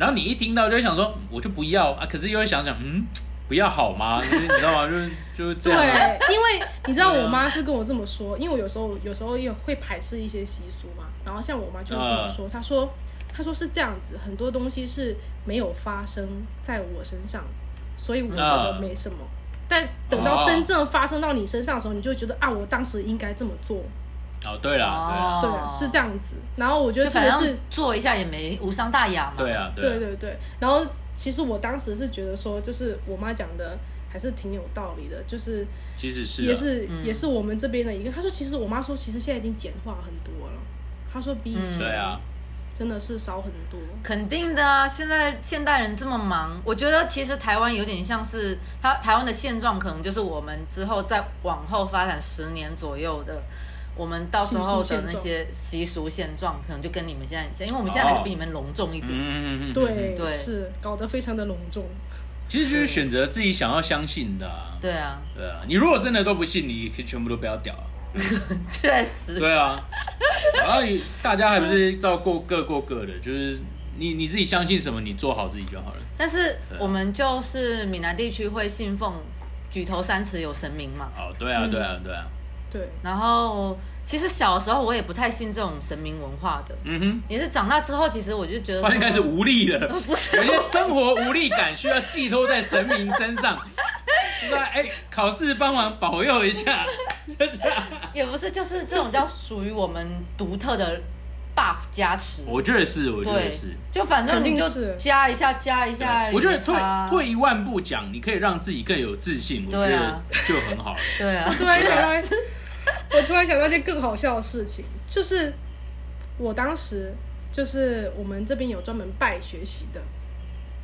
Speaker 1: 然后你一听到就会想说，嗯我就不要啊，可是又会想想，嗯，不要好吗？ 就是你知道吗？就是就是这
Speaker 4: 对
Speaker 1: 样啊，，
Speaker 4: 因为你知道
Speaker 1: 对啊
Speaker 4: 我妈是跟我这么说，因为我有时候有时候也会排斥一些习俗嘛，然后像我妈就会跟我说，她说她说是这样子，很多东西是没有发生在我身上，所以我觉得
Speaker 1: 啊
Speaker 4: 没什么。但等到
Speaker 1: 哦
Speaker 4: 真正发生到你身上的时候，你就会觉得啊，我当时应该这么做，
Speaker 1: 哦，对啦，
Speaker 2: 哦
Speaker 4: 对，啊是这样子。然后我觉得
Speaker 2: 就
Speaker 4: 特
Speaker 2: 反
Speaker 4: 别
Speaker 2: 正
Speaker 4: 是
Speaker 2: 做一下也没无伤大雅嘛。
Speaker 1: 对啊，对
Speaker 4: 对
Speaker 1: 啊，
Speaker 4: 对对，然后其实我当时是觉得说，就是我妈讲的还是挺有道理的，就是
Speaker 1: 其实是啊
Speaker 4: 也是、也是我们这边的一个。他说，其实我妈说，其实现在已经简化很多了。他说比以前、
Speaker 1: 对啊，
Speaker 4: 真的是少很多。
Speaker 2: 肯定的啊！现在现代人这么忙，我觉得其实台湾有点像是它台湾的现状，可能就是我们之后再往后发展十年左右的，我们到时候的那些习俗现状，可能就跟你们现在，因为我们现在还是比你们隆重一点。
Speaker 1: 哦嗯嗯嗯嗯，嗯
Speaker 4: 对，
Speaker 2: 对
Speaker 4: 是搞得非常的隆重。
Speaker 1: 其实就是选择自己想要相信的啊，
Speaker 2: 对啊，
Speaker 1: 对啊，你如果真的都不信，你可以全部都不要屌啊，
Speaker 2: 确实。
Speaker 1: 对啊，然后大家还不是照过各过各的，就是你你自己相信什么，你做好自己就好了，
Speaker 2: 但是我们就是闽南地区会信奉举头三尺有神明嘛，
Speaker 1: 哦，对啊，
Speaker 4: 嗯
Speaker 1: 对啊，对啊，
Speaker 4: 对，
Speaker 2: 然后其实小时候我也不太信这种神明文化的，
Speaker 1: 嗯哼。
Speaker 2: 也是长大之后，其实我就觉得
Speaker 1: 发现开始无力了，
Speaker 4: 哦
Speaker 1: 有些生活无力感需要寄托在神明身上，就是吧哎、考试帮忙保佑一下，就是啊、
Speaker 2: 也不是，就是这种叫属于我们独特的 buff 加持。
Speaker 1: 我觉得是，我觉得
Speaker 2: 对
Speaker 1: 是。，哎
Speaker 2: 就反正你
Speaker 4: 肯定
Speaker 2: 就是加一下，加一下。
Speaker 1: 我觉得
Speaker 2: 也没差
Speaker 1: 退，退一万步讲，你可以让自己更有自信，我觉
Speaker 2: 对
Speaker 1: 得
Speaker 2: 啊
Speaker 1: 就很好了。
Speaker 2: 对啊，
Speaker 4: 突然想到， 我突然想到一件更好笑的事情，就是我当时就是我们这边有专门拜学习的，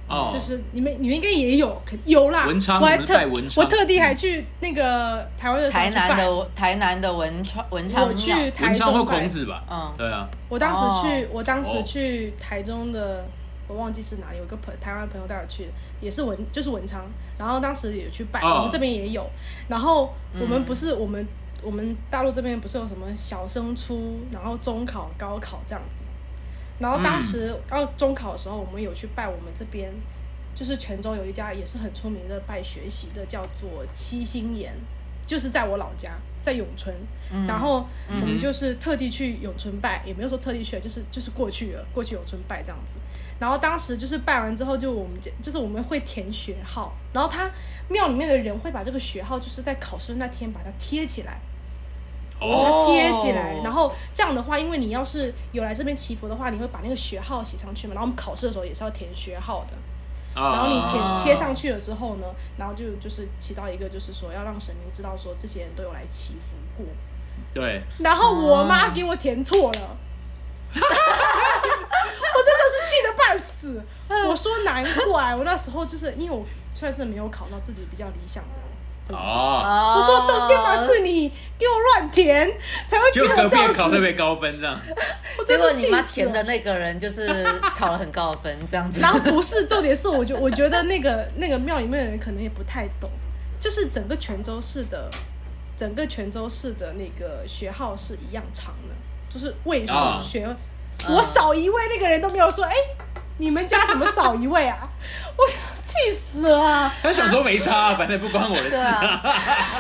Speaker 1: 哦，
Speaker 4: 就是你们你们应该也有，肯有啦。
Speaker 1: 文昌
Speaker 4: 我还
Speaker 1: 我们
Speaker 4: 特
Speaker 1: 拜文昌嗯
Speaker 4: 我特地还去那个台湾的时候
Speaker 2: 台
Speaker 4: 去
Speaker 2: 南
Speaker 4: 拜
Speaker 2: 的台南的文昌文昌
Speaker 4: 我
Speaker 2: 庙，
Speaker 4: 去台
Speaker 1: 文昌或
Speaker 4: 中
Speaker 1: 孔
Speaker 4: 拜。
Speaker 1: 子吧，
Speaker 2: 嗯，
Speaker 1: 对啊，
Speaker 4: 我当时去
Speaker 2: 哦，
Speaker 4: 我当时
Speaker 1: 哦
Speaker 4: 去台中的，我忘记是哪里，有个朋台湾朋友带我去，也是文就是文昌，然后当时也去拜，
Speaker 1: 哦嗯
Speaker 4: 我们这边也有，然后我们不是、我们我们大陆这边不是有什么小升初，然后中考、高
Speaker 1: 嗯
Speaker 4: 考这样子吗，然后当时要、中考的时候，我们有去拜我们这边就是泉州有一家也是很出名的拜学习的，叫做七星岩，就是在我老家，在永春。然后我们就是特地去永春拜，也没有说特地去，就是就是过去了，过去永春拜这样子。然后当时就是拜完之后，就我们就就是我们会填学号，然后他庙里面的人会把这个学号就是在考试那天把它贴起来。
Speaker 1: 哦
Speaker 4: 把它哦贴起来，然后这样的话，因为你要是有来这边祈福的话，你会把那个学号写上去嘛。然后我们考试的时候也是要填学号的，然后你
Speaker 1: 啊
Speaker 4: 贴贴上去了之后呢，然后就就是起到一个就是说要让神明知道说这些人都有来祈福过。
Speaker 1: 啊对，
Speaker 4: 然后我妈给我填错了， 我真的是气得半死。我说难怪，我那时候就是因为我算是没有考到自己比较理想的分数。
Speaker 1: 哦，
Speaker 2: 哦
Speaker 4: 我说都干嘛是你给我乱填，才会给
Speaker 1: 就
Speaker 4: 我
Speaker 1: 隔
Speaker 4: 这
Speaker 1: 壁
Speaker 4: 样
Speaker 1: 也
Speaker 4: 子。
Speaker 1: 考特别高分这样，
Speaker 4: 我真
Speaker 2: 结果
Speaker 4: 是
Speaker 2: 你
Speaker 4: 气
Speaker 2: 妈
Speaker 4: 死
Speaker 2: 填的
Speaker 4: 了。
Speaker 2: 那个人就是考了很高的分，这样子
Speaker 4: 然。后不是重点是，我觉我 觉得那个那个庙里面的人可能也不太懂，就是整个泉州市的整个泉州市的那个学号是一样长的，就是位数
Speaker 1: 啊
Speaker 4: 学，我少一位那个人都没有说，哎、你们家怎么少一位啊？我气死了。啊
Speaker 1: 他想说没差啊，反正不关我的事
Speaker 2: 对
Speaker 1: 啊。
Speaker 2: 啊，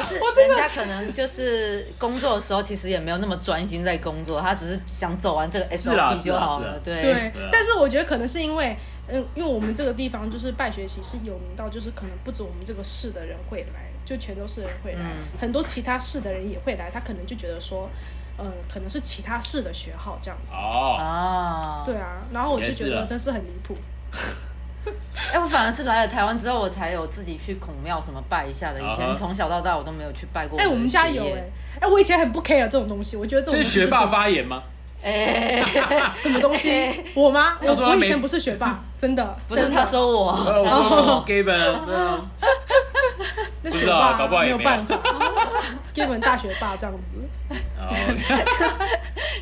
Speaker 2: 是
Speaker 4: 我真
Speaker 2: 人
Speaker 4: 的
Speaker 2: 家可能就是工作的时候，其实也没有那么专心在工作，他只是想走完这个
Speaker 1: 是啊
Speaker 2: SOP 就好
Speaker 1: 是啊
Speaker 2: 了。对
Speaker 4: 对
Speaker 1: 对啊，
Speaker 4: 但是我觉得可能是因为，嗯，因为我们这个地方就是拜学习是有名到，就是可能不止我们这个市的人会来，就泉州市的人会来，
Speaker 2: 嗯
Speaker 4: 很多其他市的人也会来，他可能就觉得说，嗯，可能是其他市的学号这样子。
Speaker 1: 哦，
Speaker 2: 啊，
Speaker 4: 对啊，然后我就觉
Speaker 1: 应该是
Speaker 4: 得
Speaker 1: 啊
Speaker 4: 真是很离谱。
Speaker 2: 哎，我反而是来了台湾之后，我才有自己去孔庙什么拜一下的。以
Speaker 1: 啊哈
Speaker 2: 前从小到大我都没有去拜过。
Speaker 4: 哎、我们家有哎、哎、我以前很不 care 这种东西，我觉得这种
Speaker 1: 这
Speaker 4: 东
Speaker 1: 是
Speaker 4: 西
Speaker 1: 学霸
Speaker 4: 就是
Speaker 1: 发言 吗？
Speaker 2: 哎，
Speaker 4: 什么东西？我 吗？我
Speaker 1: 他说他
Speaker 4: 我以
Speaker 1: 没
Speaker 4: 前不是学霸， 真的
Speaker 2: 不是 他说我，
Speaker 1: 呃，我说 g a b n 对 啊，
Speaker 4: 那
Speaker 1: 不
Speaker 4: 学
Speaker 1: 知道啊
Speaker 4: 霸
Speaker 1: 搞不好也
Speaker 4: 有
Speaker 1: 没有
Speaker 4: 办法， 基本大学霸这样子。
Speaker 1: 哦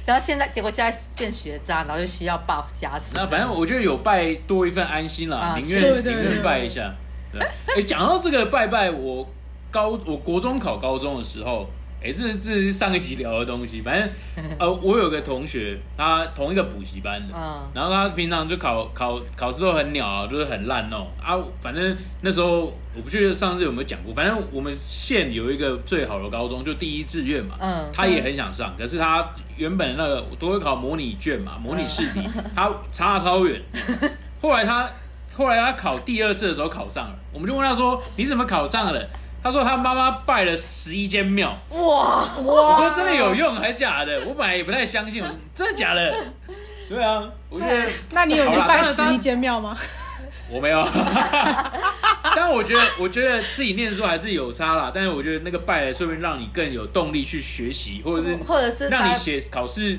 Speaker 2: 然后现在结果现在变学渣，然后就需要 buff 加持。
Speaker 1: 那反正我觉得有拜多一份安心啦，
Speaker 2: 啊
Speaker 1: 宁愿
Speaker 4: 对对
Speaker 1: 宁愿
Speaker 4: 对
Speaker 1: 拜一下。对，哎，讲到这个拜拜，我高我国中考高中的时候，哎，这这是上一集聊的东西。反正呃，我有个同学，他同一个补习班的，
Speaker 2: 嗯
Speaker 1: 然后他平常就考考考试都很鸟啊，就是很烂哦啊。反正那时候我不记得上次有没有讲过，反正我们县有一个最好的高中，就第一志愿嘛，
Speaker 2: 嗯
Speaker 1: 他也很想上，可是他原本那个都会考模拟卷嘛，模拟试题，
Speaker 2: 嗯
Speaker 1: 他差超 远。后来他后来他考第二次的时候考上了，我们就问他说你怎么考上了？他说他妈妈拜了十一间庙，
Speaker 2: 哇，
Speaker 1: 我
Speaker 4: 我
Speaker 1: 说真的有用还假的？我本来也不太相信，我说真的假的？对啊，我觉得
Speaker 4: 那你有去
Speaker 1: 好啦
Speaker 4: 拜
Speaker 1: 当然
Speaker 4: 十一间庙吗？
Speaker 1: 我没 有，但我觉得，我觉得自己念书还是有差啦。但是我觉得那个拜了，说不定让你更有动力去学习，或者是
Speaker 2: 或者是
Speaker 1: 让你
Speaker 2: 他
Speaker 1: 写考试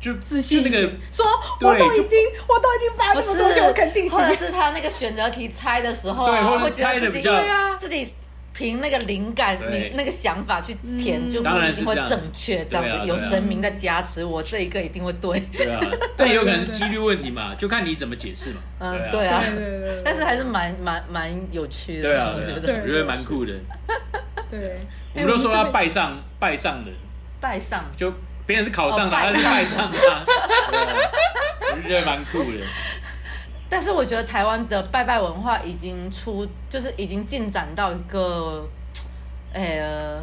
Speaker 1: 就
Speaker 4: 自信
Speaker 1: 就
Speaker 4: 一
Speaker 1: 那
Speaker 4: 点
Speaker 1: 个
Speaker 4: 说，
Speaker 1: 对
Speaker 4: 我都
Speaker 1: 就
Speaker 4: 已经我都已经把
Speaker 2: 不
Speaker 4: 这
Speaker 2: 是
Speaker 4: 么多西，我肯定行
Speaker 2: 或。者是他那个选择题猜的时候、
Speaker 1: 对
Speaker 2: 啊，
Speaker 1: 或者
Speaker 2: 会觉
Speaker 1: 猜
Speaker 2: 得
Speaker 1: 得
Speaker 2: 自己
Speaker 1: 比较
Speaker 2: 对啊，自己凭那个灵感，
Speaker 1: 对
Speaker 2: 你那个想法去
Speaker 4: 嗯
Speaker 2: 填，就
Speaker 1: 当
Speaker 2: 不
Speaker 1: 然
Speaker 2: 一
Speaker 1: 是
Speaker 2: 定
Speaker 1: 这
Speaker 2: 会
Speaker 1: 样
Speaker 2: 正确，这样
Speaker 1: 对啊
Speaker 2: 子有神明在加持，我这一个一定会对，
Speaker 1: 对啊，但也有可能是几率问题嘛，就看你怎么解释嘛。
Speaker 2: 嗯，
Speaker 1: 对
Speaker 2: 对
Speaker 1: 啊，
Speaker 2: 啊
Speaker 4: 对，对对对，
Speaker 2: 但是还是蛮蛮蛮有趣的，
Speaker 1: 对啊，
Speaker 2: 我觉
Speaker 1: 对
Speaker 2: 得
Speaker 1: 啊我觉得蛮酷的。
Speaker 4: 对，
Speaker 1: 我们都说
Speaker 4: 哎
Speaker 1: 他，拜上拜上人，
Speaker 2: 拜上
Speaker 1: 就别人是考上
Speaker 2: 哦
Speaker 1: 他，他
Speaker 2: 拜
Speaker 1: 是
Speaker 2: 上
Speaker 1: 拜上他，对啊我就觉得蛮酷的。
Speaker 2: 但是我觉得台湾的拜拜文化已经出，就是已经进展到一个，呃，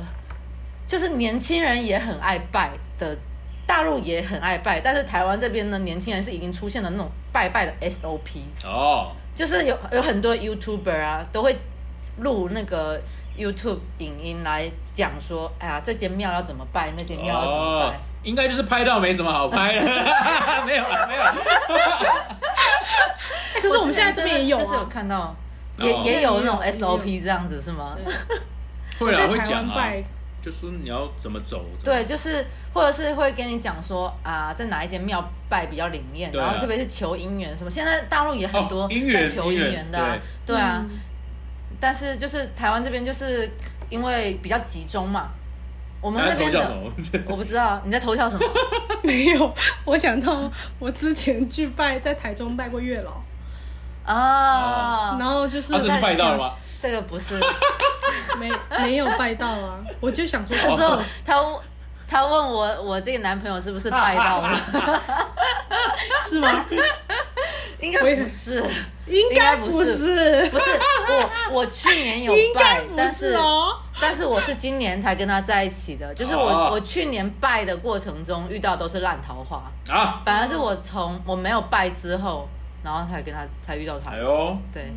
Speaker 2: 就是年轻人也很爱拜的，大陆也很爱拜，但是台湾这边呢，年轻人是已经出现了那种拜拜的 SOP，
Speaker 1: 哦，
Speaker 2: 就是有有很多 YouTuber 啊都会录那个 YouTube 影音来讲说，哎呀，这间庙要怎么拜，那间庙要怎么拜。
Speaker 1: 哦，应该就是拍到没什么好 拍的，没有啊，没有啊。
Speaker 4: 哎可是我们现在
Speaker 2: 之
Speaker 4: 这
Speaker 2: 前
Speaker 4: 边也有
Speaker 2: 就是有
Speaker 4: 啊，
Speaker 2: 看到，也
Speaker 1: 哦
Speaker 2: 也有那种
Speaker 4: 也有
Speaker 2: SOP 这样子是吗？
Speaker 1: 会啊，
Speaker 4: 在
Speaker 1: 会
Speaker 4: 台
Speaker 1: 讲
Speaker 4: 湾
Speaker 1: 啊，
Speaker 4: 拜，
Speaker 1: 就说你要怎么走。怎么
Speaker 2: 对，就是或者是会跟你讲说啊，在哪一间庙拜比较灵验，
Speaker 1: 对啊
Speaker 2: 然后特别是求姻缘什么，现在大陆也很
Speaker 1: 哦
Speaker 2: 多
Speaker 1: 姻缘
Speaker 2: 在求姻缘的、
Speaker 1: 姻
Speaker 2: 啊
Speaker 1: 缘，
Speaker 2: 对啊。
Speaker 4: 嗯
Speaker 2: 但是就是台湾这边就是因为比较集中嘛，我们
Speaker 1: 然后
Speaker 2: 那
Speaker 1: 头
Speaker 2: 边
Speaker 1: 叫
Speaker 2: 的
Speaker 1: 什么？这
Speaker 2: 我不知道你在偷笑什么，
Speaker 4: 没有。我想到我之前去拜，在台中拜过月老，
Speaker 2: 啊
Speaker 4: 然，后就是
Speaker 1: 啊，这是拜到了吗？
Speaker 2: 这个 不是，
Speaker 4: 没没有拜到啊，我就想说，
Speaker 2: 那时候
Speaker 4: 哦
Speaker 2: 他问他问 我我这个男朋友是不是拜到了，
Speaker 4: 是吗？
Speaker 2: 应该不是，
Speaker 4: 应
Speaker 2: 该
Speaker 4: 该
Speaker 2: 不
Speaker 4: 不是，
Speaker 2: 不是我 我去年有
Speaker 4: 应该
Speaker 2: 拜，
Speaker 4: 不
Speaker 2: 但
Speaker 4: 是
Speaker 2: 是
Speaker 4: 哦。
Speaker 2: 但是我是今年才跟他在一起的，就是我、
Speaker 1: 哦
Speaker 2: 我去年拜的过程中遇到都是烂桃花，
Speaker 1: 啊，
Speaker 2: 反而是我从我没有拜之后，然后才跟他才遇到他
Speaker 1: 哎。呦，
Speaker 2: 对，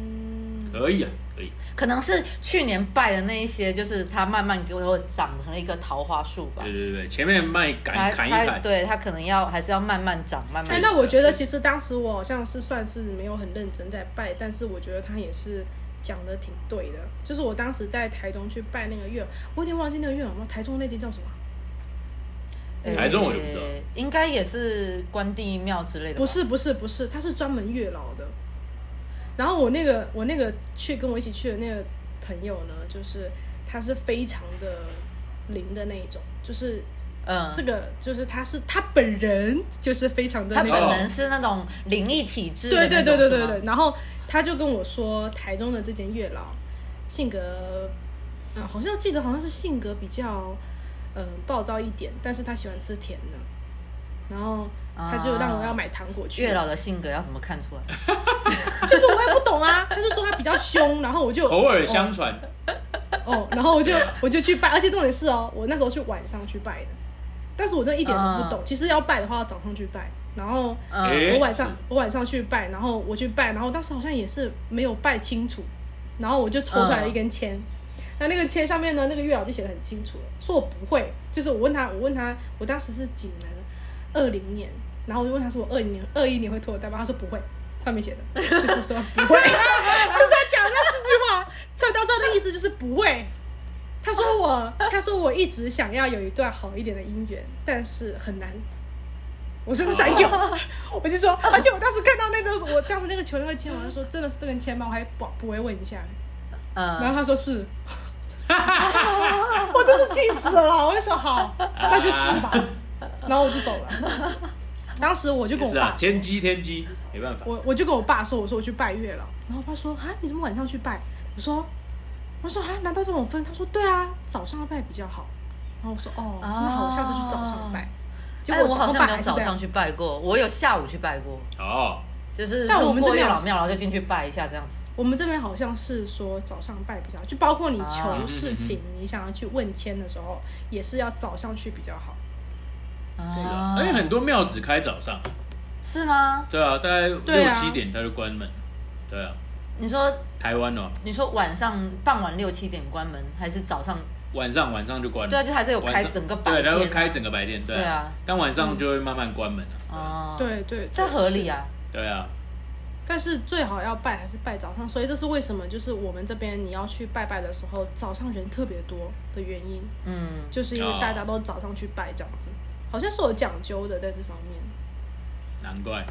Speaker 1: 可以啊，可以，
Speaker 2: 可能是去年拜的那一些，就是他慢慢给我长成了一棵桃花树吧
Speaker 1: 对。对对，前面卖
Speaker 2: 他
Speaker 1: 砍砍一
Speaker 2: 他
Speaker 1: 砍，
Speaker 2: 对他可能要还是要慢慢长，慢
Speaker 4: 哎，
Speaker 2: 慢长。
Speaker 4: 那我觉得其实当时我好像是算是没有很认真在拜，但是我觉得他也是讲的挺对的。就是我当时在台中去拜那个月，我有点忘记那个月老庙，台中那间叫什么？
Speaker 2: 哎
Speaker 1: 台中我就不知道，
Speaker 2: 应该也是关帝庙之类的吧。
Speaker 4: 不是不是不是，他是专门月老的。然后我那个我那个去跟我一起去的那个朋友呢，就是他是非常的灵的那一种，就是
Speaker 2: 嗯，
Speaker 4: 这个就是他是他本人就是非常的
Speaker 2: 他
Speaker 4: 那
Speaker 2: 本
Speaker 4: 个。
Speaker 2: 人是那种灵异体质的
Speaker 4: 对对
Speaker 2: 那
Speaker 4: 对
Speaker 2: 种
Speaker 4: 对
Speaker 2: 是
Speaker 4: 对
Speaker 2: 吗
Speaker 4: 对。然后他就跟我说，台中的这间月老性格，嗯，好像记得好像是性格比较，嗯，暴躁一点，但是他喜欢吃甜的。然后他就让我要买糖果去，
Speaker 2: 啊月老的性格要怎么看出来？
Speaker 4: 就是我也不懂啊，他就说他比较凶，然后我就
Speaker 1: 口耳相传，
Speaker 4: 哦，然后我就我就去拜，而且重点是哦，我那时候去晚上去拜的，但是我真的一点都不
Speaker 2: 啊
Speaker 4: 懂。其实要拜的话，要早上去拜，然后
Speaker 2: 嗯，
Speaker 1: 哎
Speaker 4: 我晚上我晚上去拜，然后我去拜，然后当时好像也是没有拜清楚，然后我就抽出来了一根签，那、那个签上面呢，那个月老就写的很清楚了，说我不会，就是我问他，我问他，我当时是几年来的，二零年，然后我就问他说我二零年二一年会脱单吗？他说不会，上面写的，就是说不会，就是他讲的那四句话，抽到最后的意思就是不会。他说我，他说我一直想要有一段好一点的姻缘，但是很难。我是不是闪友？我就 说，而且我当时看到那个，我当时那个求那个签，我就说真的是这根签吗？我还不不会问一下。然
Speaker 2: 嗯，
Speaker 4: 后他说是， 我真是气死了。我就说好，那就是吧。然后我就走了。当时我就
Speaker 1: 也
Speaker 4: 跟我
Speaker 1: 是
Speaker 4: 爸
Speaker 1: 啊，
Speaker 4: 说，
Speaker 1: 天机天机，没办法，
Speaker 4: 我我就跟我爸说，我说我去拜月老。然后我爸说啊，你怎么晚上去拜？我说我说啊，难道这种分？他说对啊，早上拜比较好。然后我说哦，那好，我下次去早上拜。结
Speaker 2: 哎，
Speaker 4: 果
Speaker 2: 我好
Speaker 4: 爸
Speaker 2: 像没有
Speaker 4: 还是
Speaker 2: 早
Speaker 4: 这样
Speaker 2: 上。去拜过，我有下午去拜过，
Speaker 1: 哦，
Speaker 2: 就是
Speaker 4: 但
Speaker 2: 路
Speaker 4: 我们这
Speaker 2: 过
Speaker 4: 边
Speaker 2: 月
Speaker 4: 好
Speaker 2: 老庙，然后就进去拜一下这样子。
Speaker 4: 我们这边好像是说早上拜比较好，就包括你
Speaker 2: 啊
Speaker 4: 求事情，你想要去问签的时候，也是要早上去比较好。
Speaker 1: 是
Speaker 2: 啊
Speaker 1: 啊，而且很多庙只开早上，
Speaker 2: 是吗？
Speaker 1: 对啊，大概
Speaker 4: 对
Speaker 1: 六
Speaker 4: 啊
Speaker 1: 七点它就关门，对啊，
Speaker 2: 你说
Speaker 1: 台湾哦，
Speaker 2: 你说晚上傍晚六七点关门，还是早上？
Speaker 1: 晚上晚上就关了，
Speaker 2: 对啊，就还是有开
Speaker 1: 嗯晚上
Speaker 2: 整个白
Speaker 1: 对，它会
Speaker 2: 天。啊
Speaker 1: 开整个白天，对
Speaker 2: 对啊，
Speaker 1: 但晚上就会慢慢关门啊，
Speaker 2: 哦，，
Speaker 4: 对对，
Speaker 2: 这合理啊。
Speaker 1: 对啊，
Speaker 4: 但是最好要拜还是拜早上，所以这是为什么就是我们这边你要去拜拜的时候，早上人特别多的原因，
Speaker 2: 嗯，
Speaker 4: 就是因为大家都早上去拜这样子，好像是有讲究的在这方面。
Speaker 1: 难怪，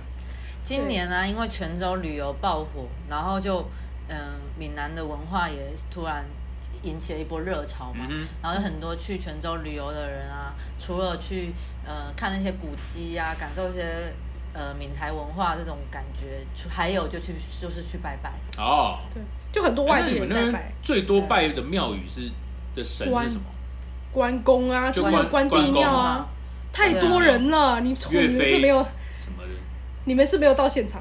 Speaker 2: 今年呢、啊因为泉州旅游爆火，然后就嗯，闽南的文化也突然引起了一波热潮嘛。
Speaker 1: 嗯
Speaker 2: 然后有很多去泉州旅游的人啊，除了去呃看那些古迹啊，感受一些呃闽台文化这种感觉，除还有就去就是去拜拜。
Speaker 1: 哼，哦，
Speaker 4: 对，就很多
Speaker 1: 哎
Speaker 4: 外
Speaker 1: 那
Speaker 4: 地
Speaker 1: 你们那
Speaker 4: 人在
Speaker 1: 边
Speaker 4: 拜
Speaker 1: 最多拜的庙宇是的神
Speaker 4: 关
Speaker 1: 是什么？
Speaker 4: 关公啊，
Speaker 1: 就
Speaker 4: 就是那个
Speaker 1: 关
Speaker 4: 关
Speaker 1: 关
Speaker 4: 帝
Speaker 1: 公
Speaker 4: 庙啊，太多人了，你
Speaker 1: 岳
Speaker 4: 你们
Speaker 1: 飞
Speaker 4: 是没有
Speaker 1: 什么的？
Speaker 4: 你们是没有到现场，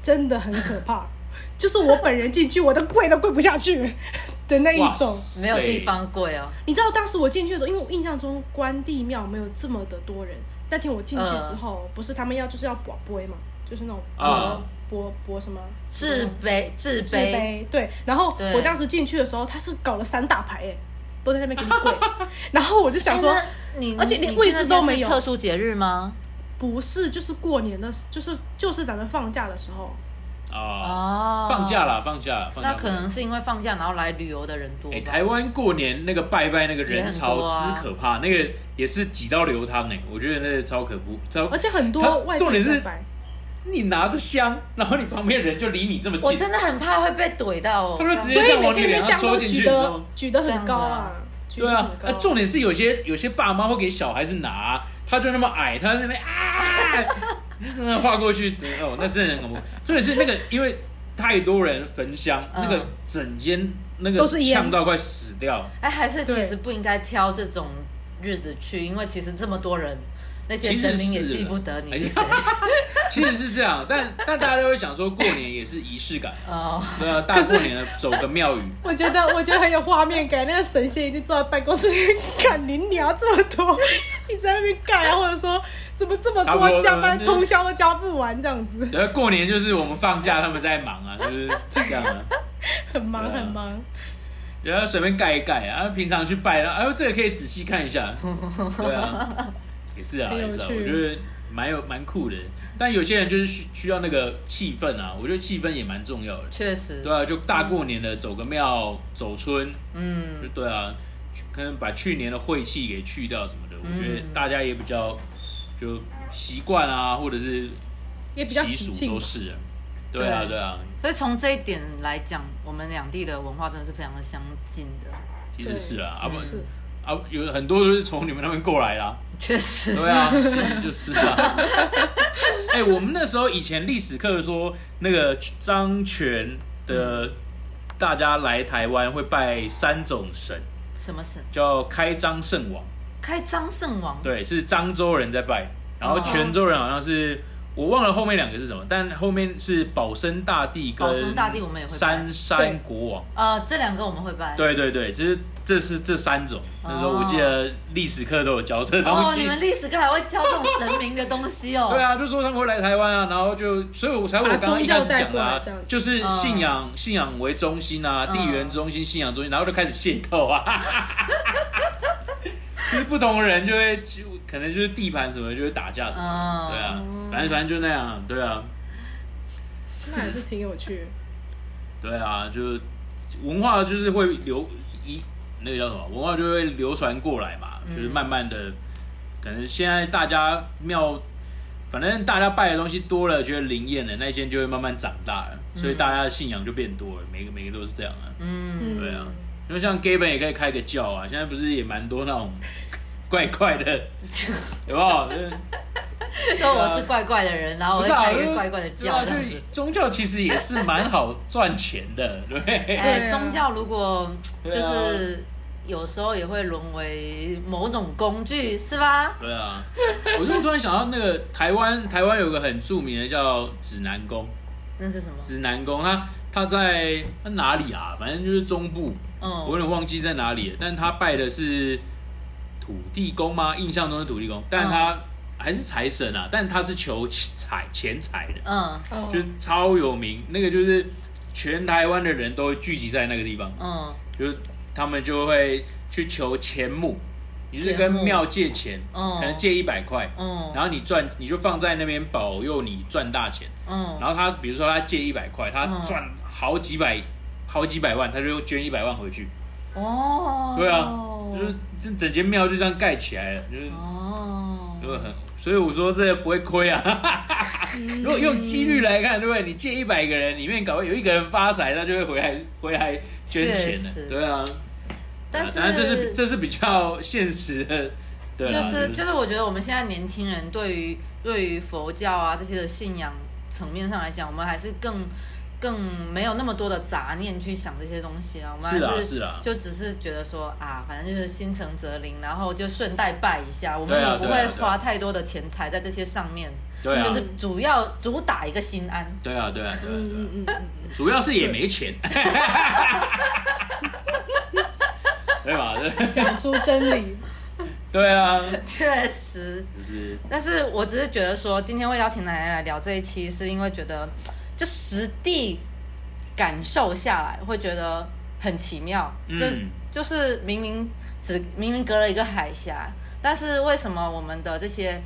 Speaker 4: 真的很可怕。 就是我本人进去，我都跪都跪不下去 的那一
Speaker 1: 哇
Speaker 4: 种。
Speaker 1: 塞
Speaker 2: 没有地方贵哦，
Speaker 4: 你知道当时我进去的时候，因为我印象中关帝庙没有这么的多人。那天我进去之后，不是他们要就是要卜杯嘛，就是那种
Speaker 1: 啊
Speaker 2: 嗯
Speaker 4: 卜卜卜什么
Speaker 2: 自卑自
Speaker 4: 制
Speaker 2: 卑，
Speaker 4: 杯，对。然后
Speaker 2: 对
Speaker 4: 我当时进去的时候，他是搞了三大排哎，都在那边给你 跪。然后我就想说
Speaker 2: 哎，那你
Speaker 4: 而且连
Speaker 2: 你
Speaker 4: 位置都没有
Speaker 2: 你去那边是特殊节日吗？
Speaker 4: 不是，就是过年的，就是就是咱们放假的时候，
Speaker 1: 哦，
Speaker 2: 哦，
Speaker 1: 放假。啦，放假啦，放假。
Speaker 2: 那可能是因为放假，然后来旅游的人多吧。
Speaker 1: 哎、台湾过年那个拜拜那个
Speaker 2: 也
Speaker 1: 人
Speaker 2: 很
Speaker 1: 潮
Speaker 2: 多啊
Speaker 1: 之可怕，那个也是挤到流汤哎、我觉得那个超可怖。超
Speaker 4: 而且很
Speaker 1: 他
Speaker 4: 多外地
Speaker 1: 重点
Speaker 4: 人
Speaker 1: 是
Speaker 4: 在拜
Speaker 1: 你拿着香，然后你旁边人就离你这么
Speaker 2: 我
Speaker 1: 近，
Speaker 2: 真的很怕会被怼到
Speaker 1: 他
Speaker 2: 哦。
Speaker 1: 们就直接
Speaker 4: 所
Speaker 1: 这
Speaker 4: 以
Speaker 1: 样往
Speaker 4: 每
Speaker 1: 你
Speaker 4: 个人
Speaker 1: 脸
Speaker 4: 的
Speaker 1: 上
Speaker 4: 香
Speaker 1: 抽
Speaker 4: 都
Speaker 1: 进去，你
Speaker 4: 举
Speaker 1: 知道
Speaker 4: 得
Speaker 1: 吗？
Speaker 4: 举得
Speaker 2: 这
Speaker 4: 很
Speaker 2: 样
Speaker 4: 高
Speaker 2: 子
Speaker 4: 啊
Speaker 2: 啊，
Speaker 4: 举
Speaker 1: 对
Speaker 4: 得
Speaker 1: 啊
Speaker 4: 很，高。
Speaker 1: 那、重点是有些有些爸妈会给小孩子拿，他就那么矮，他在那边啊，那真的划过去，真哦，那真的很恐怖。重点是那个，因为太多人焚香，
Speaker 2: 嗯
Speaker 1: 那个整间那个
Speaker 4: 都是烟
Speaker 1: 呛到快死掉。
Speaker 2: 哎，还是其
Speaker 4: 对
Speaker 2: 实不应该挑这种日子去，因为其实这么多人，那些
Speaker 1: 其实
Speaker 2: 神明也
Speaker 1: 是
Speaker 2: 记
Speaker 1: 了
Speaker 2: 不得你
Speaker 1: 哎
Speaker 2: 是
Speaker 1: 呀
Speaker 2: 谁。
Speaker 1: 其实是这样，但但大家都会想说，过年也是仪式感，
Speaker 2: 哦，
Speaker 1: 对啊，大过年的走个庙宇，
Speaker 4: 我觉得我觉得很有画面感，那个神仙一定坐在办公室里面干你娘这么多，一直在那边干啊，或者说怎么这么
Speaker 1: 差不多
Speaker 4: 多加班
Speaker 1: 嗯
Speaker 4: 通宵都加不完这样子，
Speaker 1: 然后过年就是我们放假，他们在忙啊，就是这样啊，
Speaker 4: 很忙
Speaker 1: 对啊
Speaker 4: 很忙。
Speaker 1: 然后随便盖一盖啊，然后平常去拜了，哎呦，这个可以仔细看一下，对啊，也是啊，
Speaker 4: 很有
Speaker 1: 也是啊，
Speaker 4: 趣
Speaker 1: 我觉得蛮有蛮酷的，但有些人就是需需要那个气氛啊，我觉得气氛也蛮重要的，
Speaker 2: 确实
Speaker 1: 对，啊，就大过年的走个庙走村，
Speaker 2: 嗯，
Speaker 1: 对啊，去可能把去年的晦气给去掉什么的，我觉得
Speaker 4: 嗯
Speaker 1: 大家也比较就习惯啊，或者是
Speaker 4: 也比较
Speaker 1: 习
Speaker 4: 喜
Speaker 1: 俗
Speaker 4: 庆
Speaker 1: 都
Speaker 4: 吧，
Speaker 1: 是啊，对啊
Speaker 2: 对
Speaker 1: 对啊，
Speaker 2: 所以从这一点来讲，我们两地的文化真的是非常的相近的，
Speaker 1: 其实是啊，啊不
Speaker 4: 是
Speaker 1: 啊有很多都是从你们那边过来 啦，
Speaker 2: 确实，
Speaker 1: 对啊，其实就是啊。哎、我们那时候以前历史课说那个张权
Speaker 4: 嗯
Speaker 1: 的。大家来台湾会拜三种神，
Speaker 2: 什么神？
Speaker 1: 叫开张圣王，
Speaker 2: 开张圣王，
Speaker 1: 对，是漳州人在拜，然后
Speaker 2: 哦
Speaker 1: 泉州人好像是我忘了后面两个是什么，但后面是保生大帝跟
Speaker 2: 保生大帝我们也会拜
Speaker 1: 三山国王，
Speaker 2: 呃，这两个我们会拜。
Speaker 1: 对对对，就是这是这三种。那时候我记得历史课都有教这东
Speaker 2: 哦，
Speaker 1: 西
Speaker 2: 你，们历史课还会教这种神明的东西哦。
Speaker 1: 对，啊，就说他们会来台湾啊，然后就，所以我
Speaker 2: 啊
Speaker 1: 才会我刚刚一开始
Speaker 4: 把宗教带
Speaker 1: 讲
Speaker 4: 过
Speaker 1: 的啊
Speaker 4: 来这样，子
Speaker 1: 就是信
Speaker 2: 哦
Speaker 1: 仰信仰为中心啊，
Speaker 2: 嗯
Speaker 1: 地缘中心、信仰中心，然后就开始械斗 啊，就是不同人就会就可能就是地盘什么就会打架什么的。
Speaker 2: 嗯，
Speaker 1: 对啊，反正反正就那样，对啊，
Speaker 4: 那还是挺有趣的。
Speaker 1: 对啊，就是文化就是会流一那个叫什么，文化就会流传过来嘛，就是慢慢的，可能现在大家庙，反正大家拜的东西多了，觉得灵验了，那些就会慢慢长大了，所以大家的信仰就变多了，每个每个都是这样啊，
Speaker 2: 嗯，
Speaker 1: 对啊，因为像 Gavin 也可以开个教啊，现在不是也蛮多那种怪怪的，有没有？就是
Speaker 2: 说我是怪怪的人，然后我
Speaker 1: 啊不
Speaker 2: 会
Speaker 1: 是啊，就
Speaker 2: 开一个
Speaker 1: 是
Speaker 2: 怪怪的
Speaker 1: 对
Speaker 2: 教
Speaker 1: 啊，
Speaker 2: 这
Speaker 1: 就
Speaker 2: 样
Speaker 1: 是
Speaker 2: 子。
Speaker 1: 宗教其实也是蛮好赚钱的， 对不对？
Speaker 2: 哎，
Speaker 4: 对啊
Speaker 2: 宗教如果
Speaker 1: 对
Speaker 2: 就
Speaker 1: 啊
Speaker 2: 是有时候也会沦为某种工具，是吧？
Speaker 1: 对啊，我就突然想到那个台湾，台湾有个很著名的叫指南宫，
Speaker 2: 那是什么？
Speaker 1: 指南宫，它它在它哪里啊？反正就是中部，我有
Speaker 2: 嗯，
Speaker 1: 点忘记在哪里了，但它拜的是土地公吗？印象中是土地
Speaker 2: 哦
Speaker 1: 公，但它还是财神啊，但它是求财钱财的，
Speaker 2: 嗯
Speaker 4: 哦
Speaker 1: 就是超有名，那个就是全台湾的人都会聚集在那个地方。
Speaker 2: 嗯
Speaker 1: 就是他们就会去求钱母，你就是
Speaker 2: 钱
Speaker 1: 跟
Speaker 2: 母
Speaker 1: 庙借钱，
Speaker 2: 嗯
Speaker 1: 可能借一百块，
Speaker 2: 嗯
Speaker 1: 然后你赚，你就放在那边保佑你赚大钱。
Speaker 2: 嗯，
Speaker 1: 然后他比如说他借一百块，他
Speaker 2: 嗯
Speaker 1: 赚好几百、好几百万，他就捐一百万回去。
Speaker 2: 哦，
Speaker 1: 对啊，就是这整间庙就这样盖起来了，就是
Speaker 2: 哦，
Speaker 1: 就很，所以我说这不会亏 啊。如果用几率来看，对不对？你借一百个人，里面搞不好有一个人发财，他就会回来回来捐钱
Speaker 2: 确实
Speaker 1: 的，对啊。
Speaker 2: 但
Speaker 1: 啊当然这是
Speaker 2: 是
Speaker 1: 这是比较现实的，对啊，
Speaker 2: 就是就是，我觉得我们现在年轻人对于对于佛教啊这些的信仰层面上来讲，我们还是更更没有那么多的杂念去想这些东西啊。我们还
Speaker 1: 是啊是啊
Speaker 2: 就只是觉得说啊，反正就是心诚则灵，然后就顺带拜一下，我们
Speaker 1: 对啊
Speaker 2: 也不
Speaker 1: 对啊
Speaker 2: 会
Speaker 1: 对啊
Speaker 2: 花太多的钱财在这些上面，
Speaker 1: 对啊
Speaker 2: 就，是主要主打一个心安。
Speaker 1: 对啊，对啊，对啊，对啊
Speaker 4: 嗯嗯嗯嗯，
Speaker 1: 主要是也没钱，对吧？ 对
Speaker 4: 讲出真理，
Speaker 1: 对啊，
Speaker 2: 确实，
Speaker 1: 就是
Speaker 2: 但是我只是觉得说，今天会邀请奶奶来聊这一期，是因为觉得就实地感受下来，会觉得很奇妙。
Speaker 1: 嗯
Speaker 2: 这就是明明只明明隔了一个海峡，但是为什么我们的这些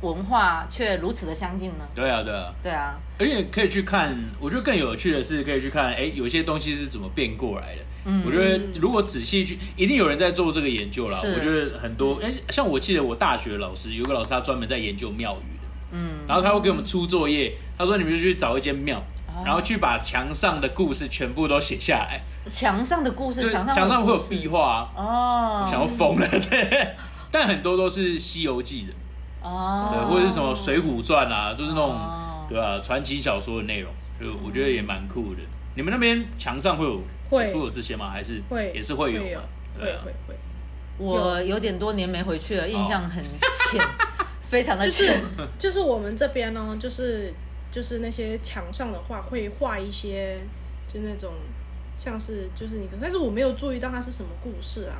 Speaker 2: 文化却如此的相近呢？
Speaker 1: 对啊，对啊，
Speaker 2: 对啊，
Speaker 1: 而且可以去看，我觉得更有趣的是可以去看，哎，有些东西是怎么变过来的。我觉得如果仔细去，一定有人在做这个研究啦。
Speaker 2: 是
Speaker 1: 我觉得很多，哎，像我记得我大学老师有个老师，他专门在研究庙宇的。
Speaker 2: 嗯，
Speaker 1: 然后他会给我们出作业，他说你们就去找一间庙
Speaker 2: 哦，
Speaker 1: 然后去把墙上的故事全部都写下来。
Speaker 2: 墙上的故事，
Speaker 1: 对，
Speaker 2: 墙
Speaker 1: 墙上会有哦
Speaker 2: 故事
Speaker 1: 壁画
Speaker 2: 哦
Speaker 1: 啊，，想要疯了，对。 但很多都是《西游记》的，
Speaker 2: 哦，
Speaker 1: 对，或者是什么《水浒传》啊，就是那种
Speaker 2: 哦
Speaker 1: 对啊传奇小说的内容，就我觉得也蛮酷的。你们那边墙上会有
Speaker 4: 会
Speaker 1: 也是会有这些吗？还是
Speaker 4: 会
Speaker 1: 也是会有
Speaker 4: 会有
Speaker 1: 嘛？
Speaker 4: 会
Speaker 1: 对啊，
Speaker 4: 会会，
Speaker 2: 我有点多年没回去了，印象很浅，非常的
Speaker 4: 就
Speaker 2: 浅
Speaker 4: 是。就是我们这边呢，就是就是那些墙上的画会画一些，就那种像是就是你，但是我没有注意到它是什么故事啊。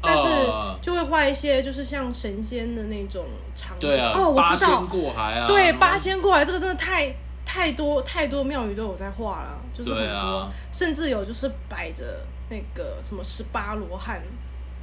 Speaker 4: 但是
Speaker 1: 哦
Speaker 4: 就会画一些就是像神仙的那种场景。
Speaker 1: 对啊，
Speaker 4: 哦，我
Speaker 1: 八
Speaker 4: 知道
Speaker 1: 仙，过海啊，
Speaker 4: 对
Speaker 1: 然后
Speaker 4: 八仙过来这个真的太太多太多庙宇都有在画了，就是很
Speaker 1: 对
Speaker 4: 多，
Speaker 1: 啊
Speaker 4: 甚至有就是摆着那个什么十八罗汉，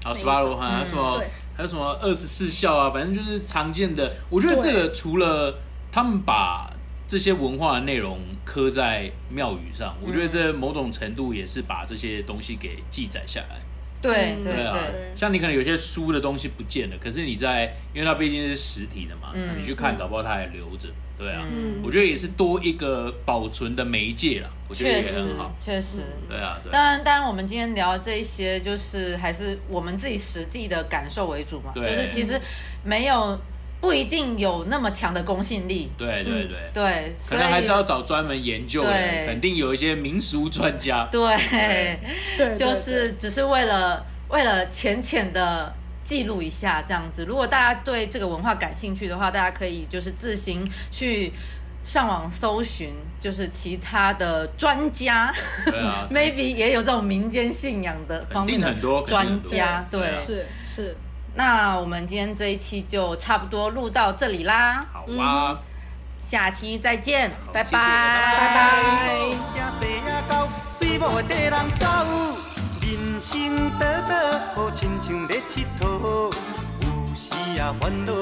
Speaker 1: 啊，十八罗汉，还有什么
Speaker 4: 嗯对，
Speaker 1: 还有什么二十四孝啊，反正就是常见的。我觉得这
Speaker 4: 对
Speaker 1: 个除了他们把这些文化的内容刻在庙宇上，我觉得
Speaker 4: 嗯
Speaker 1: 这某种程度也是把这些东西给记载下来。
Speaker 2: 对
Speaker 4: 嗯
Speaker 2: 对
Speaker 1: 啊
Speaker 2: 对，
Speaker 4: 对
Speaker 1: 像你可能有些书的东西不见了，可是你在，因为它毕竟是实体的嘛，
Speaker 2: 嗯
Speaker 1: 你去看，搞不好它还留着。对啊，
Speaker 4: 嗯，
Speaker 1: 我觉得也是多一个保存的媒介啦，我觉得
Speaker 2: 确
Speaker 1: 也
Speaker 2: 实
Speaker 1: 很好。
Speaker 2: 确实。
Speaker 1: 对啊，对
Speaker 2: 当
Speaker 1: 啊，
Speaker 2: 然，当然，我们今天聊这一些，就是还是我们自己实地的感受为主嘛。就
Speaker 1: 对
Speaker 2: 是其实没有不一定有那么强的公信力，
Speaker 1: 对对对，
Speaker 2: 对，
Speaker 1: 可
Speaker 2: 所以
Speaker 1: 能还是要找专门研究的
Speaker 2: 嗯对
Speaker 1: 人，肯定有一些民俗专家。
Speaker 2: 对，
Speaker 4: 对，对
Speaker 2: 就
Speaker 4: 对
Speaker 2: 是只是为了为了浅浅的记录一下这样子。如果大家对这个文化感兴趣的话，大家可以就是自行去上网搜寻，就是其他的专家
Speaker 1: 对啊，
Speaker 2: ，maybe 也有这种民间信仰的方
Speaker 1: 肯
Speaker 2: 面
Speaker 1: 定很
Speaker 2: 的。
Speaker 1: 多啊肯
Speaker 2: 专家
Speaker 1: 定很多
Speaker 2: 对
Speaker 4: 是是，
Speaker 2: 那我们今天这一期就差不多录到这里啦，
Speaker 1: 好啊，
Speaker 2: 下期再见，
Speaker 1: 好
Speaker 2: 拜
Speaker 1: 谢谢拜
Speaker 2: 拜。
Speaker 4: 拜。
Speaker 5: 惊世啊到，水某地人走。人生短短，好亲像咧佚佗，有时啊烦恼，